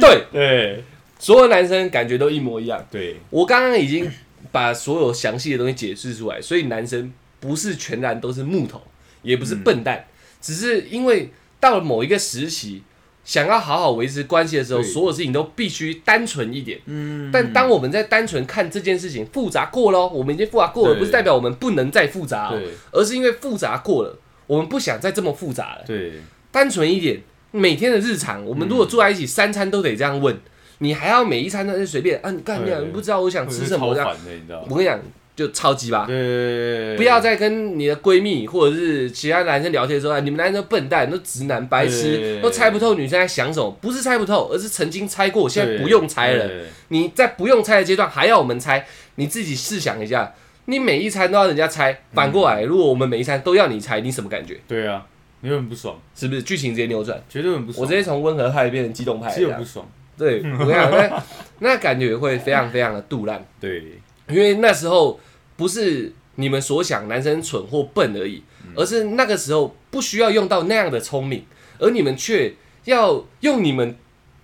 [SPEAKER 1] 对，
[SPEAKER 2] 对
[SPEAKER 1] 所有男生感觉都一模一样。
[SPEAKER 2] 对，
[SPEAKER 1] 我刚刚已经把所有详细的东西解释出来，所以男生不是全然都是木头，也不是笨蛋，
[SPEAKER 2] 嗯
[SPEAKER 1] 只是因为到了某一个时期，想要好好维持关系的时候，
[SPEAKER 2] 对
[SPEAKER 1] 所有事情都必须单纯一点。
[SPEAKER 2] 嗯
[SPEAKER 1] 但当我们在单纯看这件事情复杂过咯，我们已经复杂过了，
[SPEAKER 2] 对
[SPEAKER 1] 不是代表我们不能再复杂、哦
[SPEAKER 2] 对，
[SPEAKER 1] 而是因为复杂过了，我们不想再这么复杂了。
[SPEAKER 2] 对
[SPEAKER 1] 单纯一点，每天的日常，我们如果坐在一起，三餐都得这样问，你还要每一餐都是随便啊？你干你啊
[SPEAKER 2] 对
[SPEAKER 1] 你不知道我想吃什么
[SPEAKER 2] 我
[SPEAKER 1] 这
[SPEAKER 2] 觉得
[SPEAKER 1] 样
[SPEAKER 2] 超？烦的，你知道吗？
[SPEAKER 1] 我跟你讲，就超级吧，
[SPEAKER 2] 对，
[SPEAKER 1] 不要再跟你的闺蜜或者是其他男生聊天的时候，啊你们男生都笨蛋，都直男白痴，
[SPEAKER 2] 对
[SPEAKER 1] 都猜不透女生在想什么。不是猜不透，而是曾经猜过，现在不用猜了。
[SPEAKER 2] 对
[SPEAKER 1] 你在不用猜的阶段还要我们猜，你自己试想一下，你每一餐都要人家猜，反过
[SPEAKER 2] 嗯
[SPEAKER 1] 来，如果我们每一餐都要你猜，你什么感觉？
[SPEAKER 2] 对啊，你会很不爽，
[SPEAKER 1] 是不是剧情直接扭转？
[SPEAKER 2] 绝对很不爽，
[SPEAKER 1] 我直接从温和派变成激动派，
[SPEAKER 2] 只
[SPEAKER 1] 这
[SPEAKER 2] 有
[SPEAKER 1] 样
[SPEAKER 2] 不爽， (laughs)
[SPEAKER 1] 对，我跟你讲，那那感觉会非常非常的杜烂，
[SPEAKER 2] 对
[SPEAKER 1] 因为那时候不是你们所想男生蠢或笨而已，
[SPEAKER 2] 嗯
[SPEAKER 1] 而是那个时候不需要用到那样的聪明，而你们却要用你们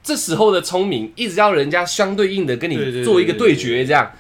[SPEAKER 1] 这时候的聪明，一直要人家相对应的跟
[SPEAKER 2] 对对
[SPEAKER 1] 你
[SPEAKER 2] 对
[SPEAKER 1] 做一个对
[SPEAKER 2] 对
[SPEAKER 1] 决，这样，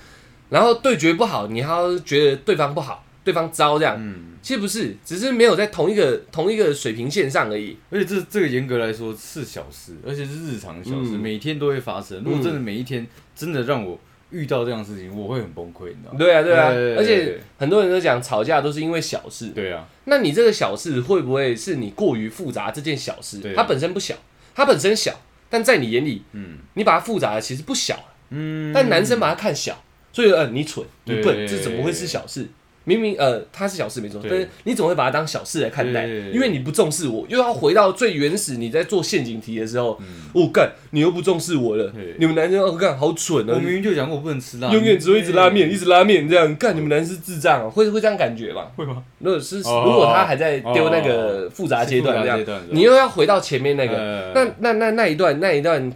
[SPEAKER 1] 然后对决不好，你还要觉得对方不好，对方糟这样，
[SPEAKER 2] 嗯，
[SPEAKER 1] 其实不是，只是没有在同一个同一个水平线上而已。
[SPEAKER 2] 而且这这个严格来说是小事，而且是日常小事，
[SPEAKER 1] 嗯
[SPEAKER 2] 每天都会发生。如果真的每一天真的让我遇到这样的事情，我会很崩溃，你知道吗？
[SPEAKER 1] 对啊，对啊，
[SPEAKER 2] 对对对
[SPEAKER 1] 而且很多人都讲吵架都是因为小事，
[SPEAKER 2] 对啊，
[SPEAKER 1] 那你这个小事会不会是你过于复杂这件小事
[SPEAKER 2] 对？啊
[SPEAKER 1] 它本身不小，它本身小，但在你眼里，
[SPEAKER 2] 嗯
[SPEAKER 1] 你把它复杂的其实不小，啊
[SPEAKER 2] 嗯，
[SPEAKER 1] 但男生把它看小，所以呃你蠢你
[SPEAKER 2] 对
[SPEAKER 1] 笨，这怎么会是小事？明明呃它是小事没错，
[SPEAKER 2] 对
[SPEAKER 1] 但是你总会把它当小事来看待，
[SPEAKER 2] 对
[SPEAKER 1] 因为你不重视我，又要回到最原始，你在做陷阱题的时候，我干、你又不重视我了
[SPEAKER 2] 嗯对，
[SPEAKER 1] 你们男生哦干好蠢
[SPEAKER 2] 我
[SPEAKER 1] 哦，
[SPEAKER 2] 明明就讲过我不能吃辣，
[SPEAKER 1] 永远只会一直拉面，一直拉面这样，干你们男生是智障、哦，会会这样感觉吧？
[SPEAKER 2] 会 (laughs) 吗？
[SPEAKER 1] 如果是
[SPEAKER 2] 哦
[SPEAKER 1] 如果他还在丢那个复杂阶段这
[SPEAKER 2] 是复杂
[SPEAKER 1] 样
[SPEAKER 2] 阶段是，吧
[SPEAKER 1] 你又要回到前面那个，
[SPEAKER 2] 呃
[SPEAKER 1] 那那那那一段那一段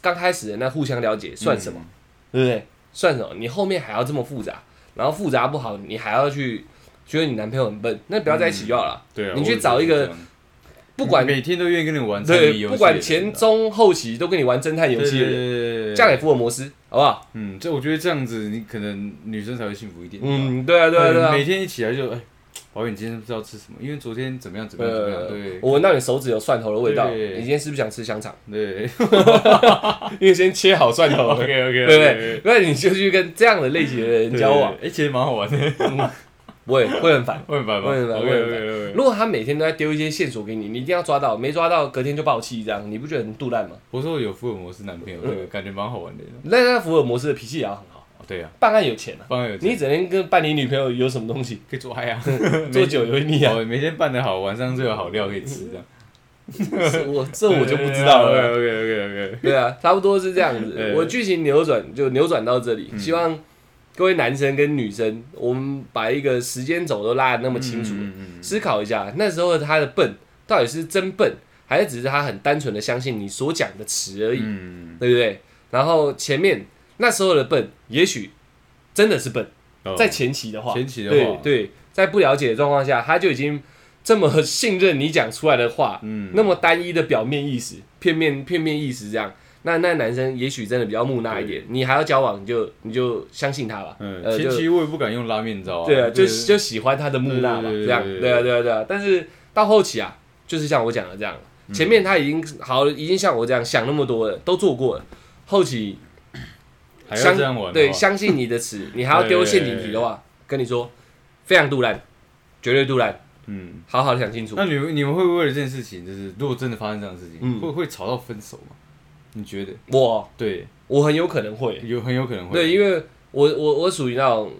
[SPEAKER 1] 刚开始的那互相了解算什么？
[SPEAKER 2] 嗯
[SPEAKER 1] 对不对？算什么？你后面还要这么复杂，然后复杂不好，你还要去觉得你男朋友很笨，那不要在一起就好了。
[SPEAKER 2] 对啊，
[SPEAKER 1] 你去
[SPEAKER 2] 我也
[SPEAKER 1] 找一个
[SPEAKER 2] 觉得是
[SPEAKER 1] 不管
[SPEAKER 2] 这样每天都愿意跟你玩猜谜
[SPEAKER 1] 对，
[SPEAKER 2] 游戏的人啊，
[SPEAKER 1] 不管前中后期都跟你玩侦探游
[SPEAKER 2] 对
[SPEAKER 1] 戏的
[SPEAKER 2] 对
[SPEAKER 1] 人，
[SPEAKER 2] 对，
[SPEAKER 1] 嫁给福尔摩斯，好不好？
[SPEAKER 2] 嗯，这我觉得这样子，你可能女生才会幸福一点。嗯，
[SPEAKER 1] 嗯，对啊，对啊，对啊
[SPEAKER 2] 每。天一起来就哎，宝贝，你今天不知道吃什么，因为昨天怎么样怎么样怎么样，
[SPEAKER 1] 呃
[SPEAKER 2] 对，
[SPEAKER 1] 我闻到你手指有蒜头的味道，
[SPEAKER 2] 对
[SPEAKER 1] 你今天是不是想吃香肠？
[SPEAKER 2] 对
[SPEAKER 1] (laughs) 因为先切好蒜
[SPEAKER 2] (laughs)
[SPEAKER 1] 头 (laughs) 了，
[SPEAKER 2] ，OK OK，
[SPEAKER 1] 哦对不对？那你就去跟这样的类型的人交往，，
[SPEAKER 2] 哎，其实蛮好玩的， (laughs)
[SPEAKER 1] 不会会很烦。
[SPEAKER 2] 会很烦吧？
[SPEAKER 1] 会很烦会很烦
[SPEAKER 2] OK，
[SPEAKER 1] 如果他每天都在丢一些线索给你，你一定要抓到，没抓到隔天就爆气，这样你不觉得很肚烂吗？
[SPEAKER 2] 我说有福尔摩斯男
[SPEAKER 1] 嗯
[SPEAKER 2] 朋友，这个感觉蛮好玩的。
[SPEAKER 1] 那那福尔摩斯的脾气也要很好，
[SPEAKER 2] 哦对啊，
[SPEAKER 1] 办案有钱啊，
[SPEAKER 2] 方案有
[SPEAKER 1] 你整天跟扮你女朋友有什么东西？ (laughs)
[SPEAKER 2] 可以做爱啊，
[SPEAKER 1] 做久也会腻啊。
[SPEAKER 2] 哦，每天办得好，晚上就有好料可以吃，
[SPEAKER 1] 嗯
[SPEAKER 2] 这样。
[SPEAKER 1] 是 (laughs) 我这我就不知道了。
[SPEAKER 2] OK OK OK，
[SPEAKER 1] (laughs) 对啊，差不多是这样子
[SPEAKER 2] (laughs) 对。嗯
[SPEAKER 1] 我剧情扭转就扭转到这里，希望各位男生跟女生，我们把一个时间轴都拉的那么清楚，
[SPEAKER 2] 嗯嗯
[SPEAKER 1] 思考一下，那时候他的笨到底是真笨，还是只是他很单纯的相信你所讲的词而已，
[SPEAKER 2] 嗯，
[SPEAKER 1] 对不对？然后前面那时候的笨，也许真的是笨，
[SPEAKER 2] 哦
[SPEAKER 1] 在前期的话，
[SPEAKER 2] 前期的
[SPEAKER 1] 对
[SPEAKER 2] 话，，
[SPEAKER 1] 对，在不了解的状况下，他就已经这么信任你讲出来的话，
[SPEAKER 2] 嗯
[SPEAKER 1] 那么单一的表面意识、片面片面意识这样。那那男生也许真的比较木讷一点，你还要交往，你就你就相信他吧。
[SPEAKER 2] 嗯，
[SPEAKER 1] 呃
[SPEAKER 2] 前
[SPEAKER 1] 就
[SPEAKER 2] 期我也不敢用拉面招啊，
[SPEAKER 1] 对啊，就
[SPEAKER 2] 对
[SPEAKER 1] 就喜欢他的木讷嘛，
[SPEAKER 2] 对对对
[SPEAKER 1] 这样，
[SPEAKER 2] 对对
[SPEAKER 1] 对啊，对啊，对啊。但是到后期啊，就是像我讲的这样，前
[SPEAKER 2] 嗯
[SPEAKER 1] 面他已经好，已经像我这样想那么多了，都做过了，后期
[SPEAKER 2] 还要
[SPEAKER 1] 相
[SPEAKER 2] 这样玩的话，哎
[SPEAKER 1] 对相信你的词，你还要丢陷阱题的话，跟你说，非常杜烂，绝对杜烂，
[SPEAKER 2] 嗯，
[SPEAKER 1] 好好的想清楚
[SPEAKER 2] 那。你们你们会不会为了这件事情，就是如果真的发生这样的事情，
[SPEAKER 1] 嗯
[SPEAKER 2] 会会吵到分手吗？你觉得？
[SPEAKER 1] 我
[SPEAKER 2] 对，
[SPEAKER 1] 我很有可能会，
[SPEAKER 2] 有很有可能会。
[SPEAKER 1] 对，因为我我我属于那种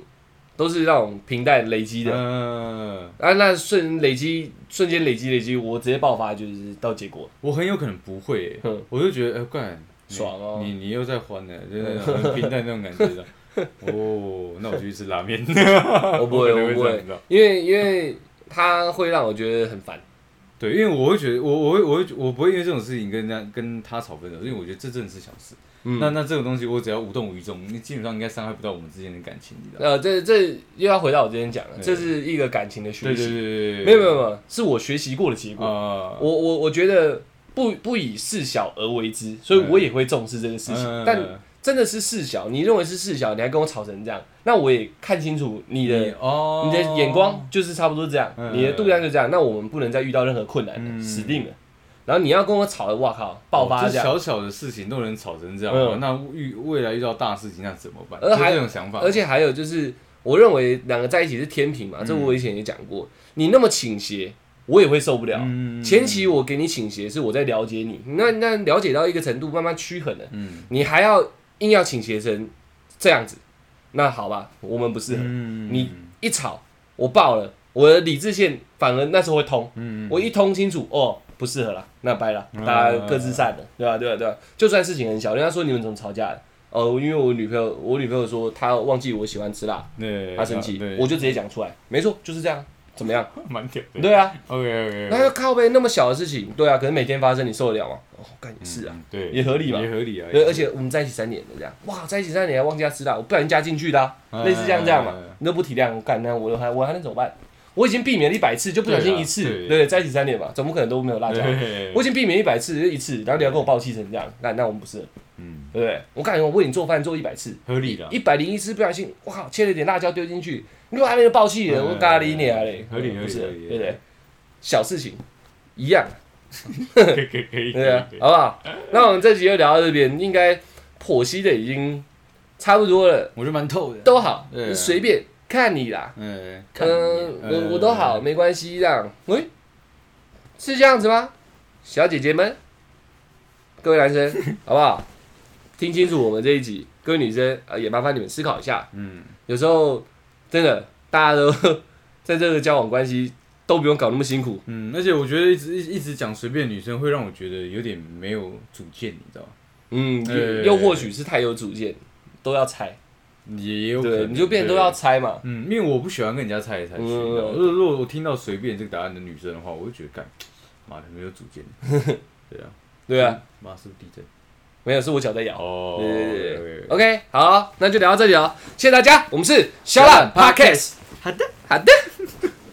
[SPEAKER 1] 都是那种平淡累积的。
[SPEAKER 2] 呃，
[SPEAKER 1] 啊，那瞬累积，瞬间累积累积，我直接爆发就是到结果，
[SPEAKER 2] 我很有可能不会、欸
[SPEAKER 1] 嗯，
[SPEAKER 2] 我就觉得，呃，干你
[SPEAKER 1] 爽哦
[SPEAKER 2] 你你又在欢呢，就是很平淡那种感觉
[SPEAKER 1] (laughs)
[SPEAKER 2] 的。哦，那我就去吃拉面。 (laughs) 啊
[SPEAKER 1] 我不会，
[SPEAKER 2] 可能
[SPEAKER 1] 我
[SPEAKER 2] 会
[SPEAKER 1] 不
[SPEAKER 2] 这样
[SPEAKER 1] 会，因为因为他会让我觉得很烦。
[SPEAKER 2] 对，因为我会觉得，我我会我会我不会因为这种事情跟人家跟他吵分手，因为我觉得这真的是小事。
[SPEAKER 1] 嗯
[SPEAKER 2] 那那这种东西，我只要无动于衷，你基本上应该伤害不到我们之间的感情，你知道吗？
[SPEAKER 1] 呃，这这又要回到我之前讲了，
[SPEAKER 2] 对
[SPEAKER 1] 这是一个感情的学
[SPEAKER 2] 对对
[SPEAKER 1] 习，
[SPEAKER 2] 对对对，
[SPEAKER 1] 没有没有没有，是我学习过的结果。
[SPEAKER 2] 啊，
[SPEAKER 1] 我我我觉得不不以事小而为之，所以我也会重视这个事情。
[SPEAKER 2] 嗯
[SPEAKER 1] 但真的是事小，你认为是事小，你还跟我吵成这样，那我也看清楚你的
[SPEAKER 2] 你哦，
[SPEAKER 1] 你的眼光就是差不多这样，
[SPEAKER 2] 嗯
[SPEAKER 1] 你的度量就这样，那我们不能再遇到任何困难了，
[SPEAKER 2] 嗯
[SPEAKER 1] 死定了。然后你要跟我吵，哇靠，爆发
[SPEAKER 2] 哦
[SPEAKER 1] 这
[SPEAKER 2] 这
[SPEAKER 1] 样，
[SPEAKER 2] 小小的事情都能吵成这样，
[SPEAKER 1] 嗯
[SPEAKER 2] 那遇未来遇到大事情那怎么办？
[SPEAKER 1] 而
[SPEAKER 2] 就
[SPEAKER 1] 还
[SPEAKER 2] 这种想法，
[SPEAKER 1] 而且还有就是，我认为两个在一起是天平
[SPEAKER 2] 嗯
[SPEAKER 1] 嘛，这我以前也讲过，你那么倾斜，我也会受不了。
[SPEAKER 2] 嗯
[SPEAKER 1] 前期我给你倾斜是我在了解你，那那了解到一个程度，慢慢趋衡了，
[SPEAKER 2] 嗯
[SPEAKER 1] 你还要硬要倾斜成这样子，那好吧，我们不适合。
[SPEAKER 2] 嗯
[SPEAKER 1] 你一吵，我爆了，我的理智线反而那时候会通。
[SPEAKER 2] 嗯
[SPEAKER 1] 我一通清楚，哦，不适合了，那掰了，
[SPEAKER 2] 嗯
[SPEAKER 1] 大家各自散了，对吧、对吧、对吧、就算事情很小，人家说你们怎么吵架的？哦，因为我女朋友，我女朋友说她忘记我喜欢吃辣，
[SPEAKER 2] 对啊
[SPEAKER 1] 她生气
[SPEAKER 2] 对，
[SPEAKER 1] 我就直接讲出来，没错，就是这样，怎么样？
[SPEAKER 2] 蛮屌的。
[SPEAKER 1] 对啊，
[SPEAKER 2] OK OK，
[SPEAKER 1] 那就靠背那么小的事情，对啊，可是每天发生，你受得了吗？哦，干也是啊，
[SPEAKER 2] 嗯对，
[SPEAKER 1] 也合理嘛
[SPEAKER 2] 也合理啊。
[SPEAKER 1] 对，而且我们在一起三年了，这样，哇，在一起三年还忘记他吃辣，我不小心加进去的啊、
[SPEAKER 2] 嗯
[SPEAKER 1] 类似像这样嘛
[SPEAKER 2] 嗯嗯嗯，
[SPEAKER 1] 你都不体谅，我干那我还我还能怎么办？我已经避免了一百次，就不小心一次，
[SPEAKER 2] 对啊
[SPEAKER 1] 对
[SPEAKER 2] 对
[SPEAKER 1] 在一起三年嘛，总不可能都没有辣椒。
[SPEAKER 2] 对
[SPEAKER 1] 我已经避免一百次就一次，然后你要跟我爆气成这样，那那我们不是，
[SPEAKER 2] 嗯，
[SPEAKER 1] 对不对？我感觉我为你做饭做一百次，
[SPEAKER 2] 合理的，
[SPEAKER 1] 一百零一次不小心，我靠，切了点辣椒丢进去，你妈的就爆气了，
[SPEAKER 2] 嗯
[SPEAKER 1] 我咖喱你啊嘞，
[SPEAKER 2] 合理
[SPEAKER 1] 不是，
[SPEAKER 2] 合理合理
[SPEAKER 1] 对不对？小事情一样，
[SPEAKER 2] 可以可以可以，
[SPEAKER 1] 对啊
[SPEAKER 2] 可以，
[SPEAKER 1] 好不好？那我们这集就聊到这边，应该剖析的已经差不多了，
[SPEAKER 2] 我觉得蛮透的，
[SPEAKER 1] 都好，
[SPEAKER 2] 对啊
[SPEAKER 1] 随便看你啦。
[SPEAKER 2] 嗯，看你
[SPEAKER 1] 嗯，
[SPEAKER 2] 呃
[SPEAKER 1] 我我都好，没关系，这样。喂、是这样子吗？小姐姐们，各位男 (laughs) 生，好不好？听清楚我们这一集，各位女生啊、呃也麻烦你们思考一下。
[SPEAKER 2] 嗯，
[SPEAKER 1] 有时候真的，大家都 (laughs) 在这个交往关系都不用搞那么辛苦。
[SPEAKER 2] 嗯，而且我觉得一直一一直讲随便女生，会让我觉得有点没有主见，你知道吗？
[SPEAKER 1] 嗯，
[SPEAKER 2] 呃
[SPEAKER 1] 又又或许是太有主见，都要猜，
[SPEAKER 2] 也也有可
[SPEAKER 1] 对，
[SPEAKER 2] 能，
[SPEAKER 1] 你就变得都要
[SPEAKER 2] 对。
[SPEAKER 1] 猜嘛。
[SPEAKER 2] 嗯，因为我不喜欢跟人家猜来猜去。
[SPEAKER 1] 嗯
[SPEAKER 2] 你知道吗如果如果我听到随便这个答案的女生的话，我就觉得干，妈的没有主见。对啊，
[SPEAKER 1] 对啊，，
[SPEAKER 2] 妈是不是地震？
[SPEAKER 1] 没有，是我脚在摇。
[SPEAKER 2] 哦，
[SPEAKER 1] 对对对
[SPEAKER 2] 对
[SPEAKER 1] 对，OK，好，那就聊到这里了，谢谢大家，我们是小懒 Podcast，
[SPEAKER 2] 好的，
[SPEAKER 1] 好的。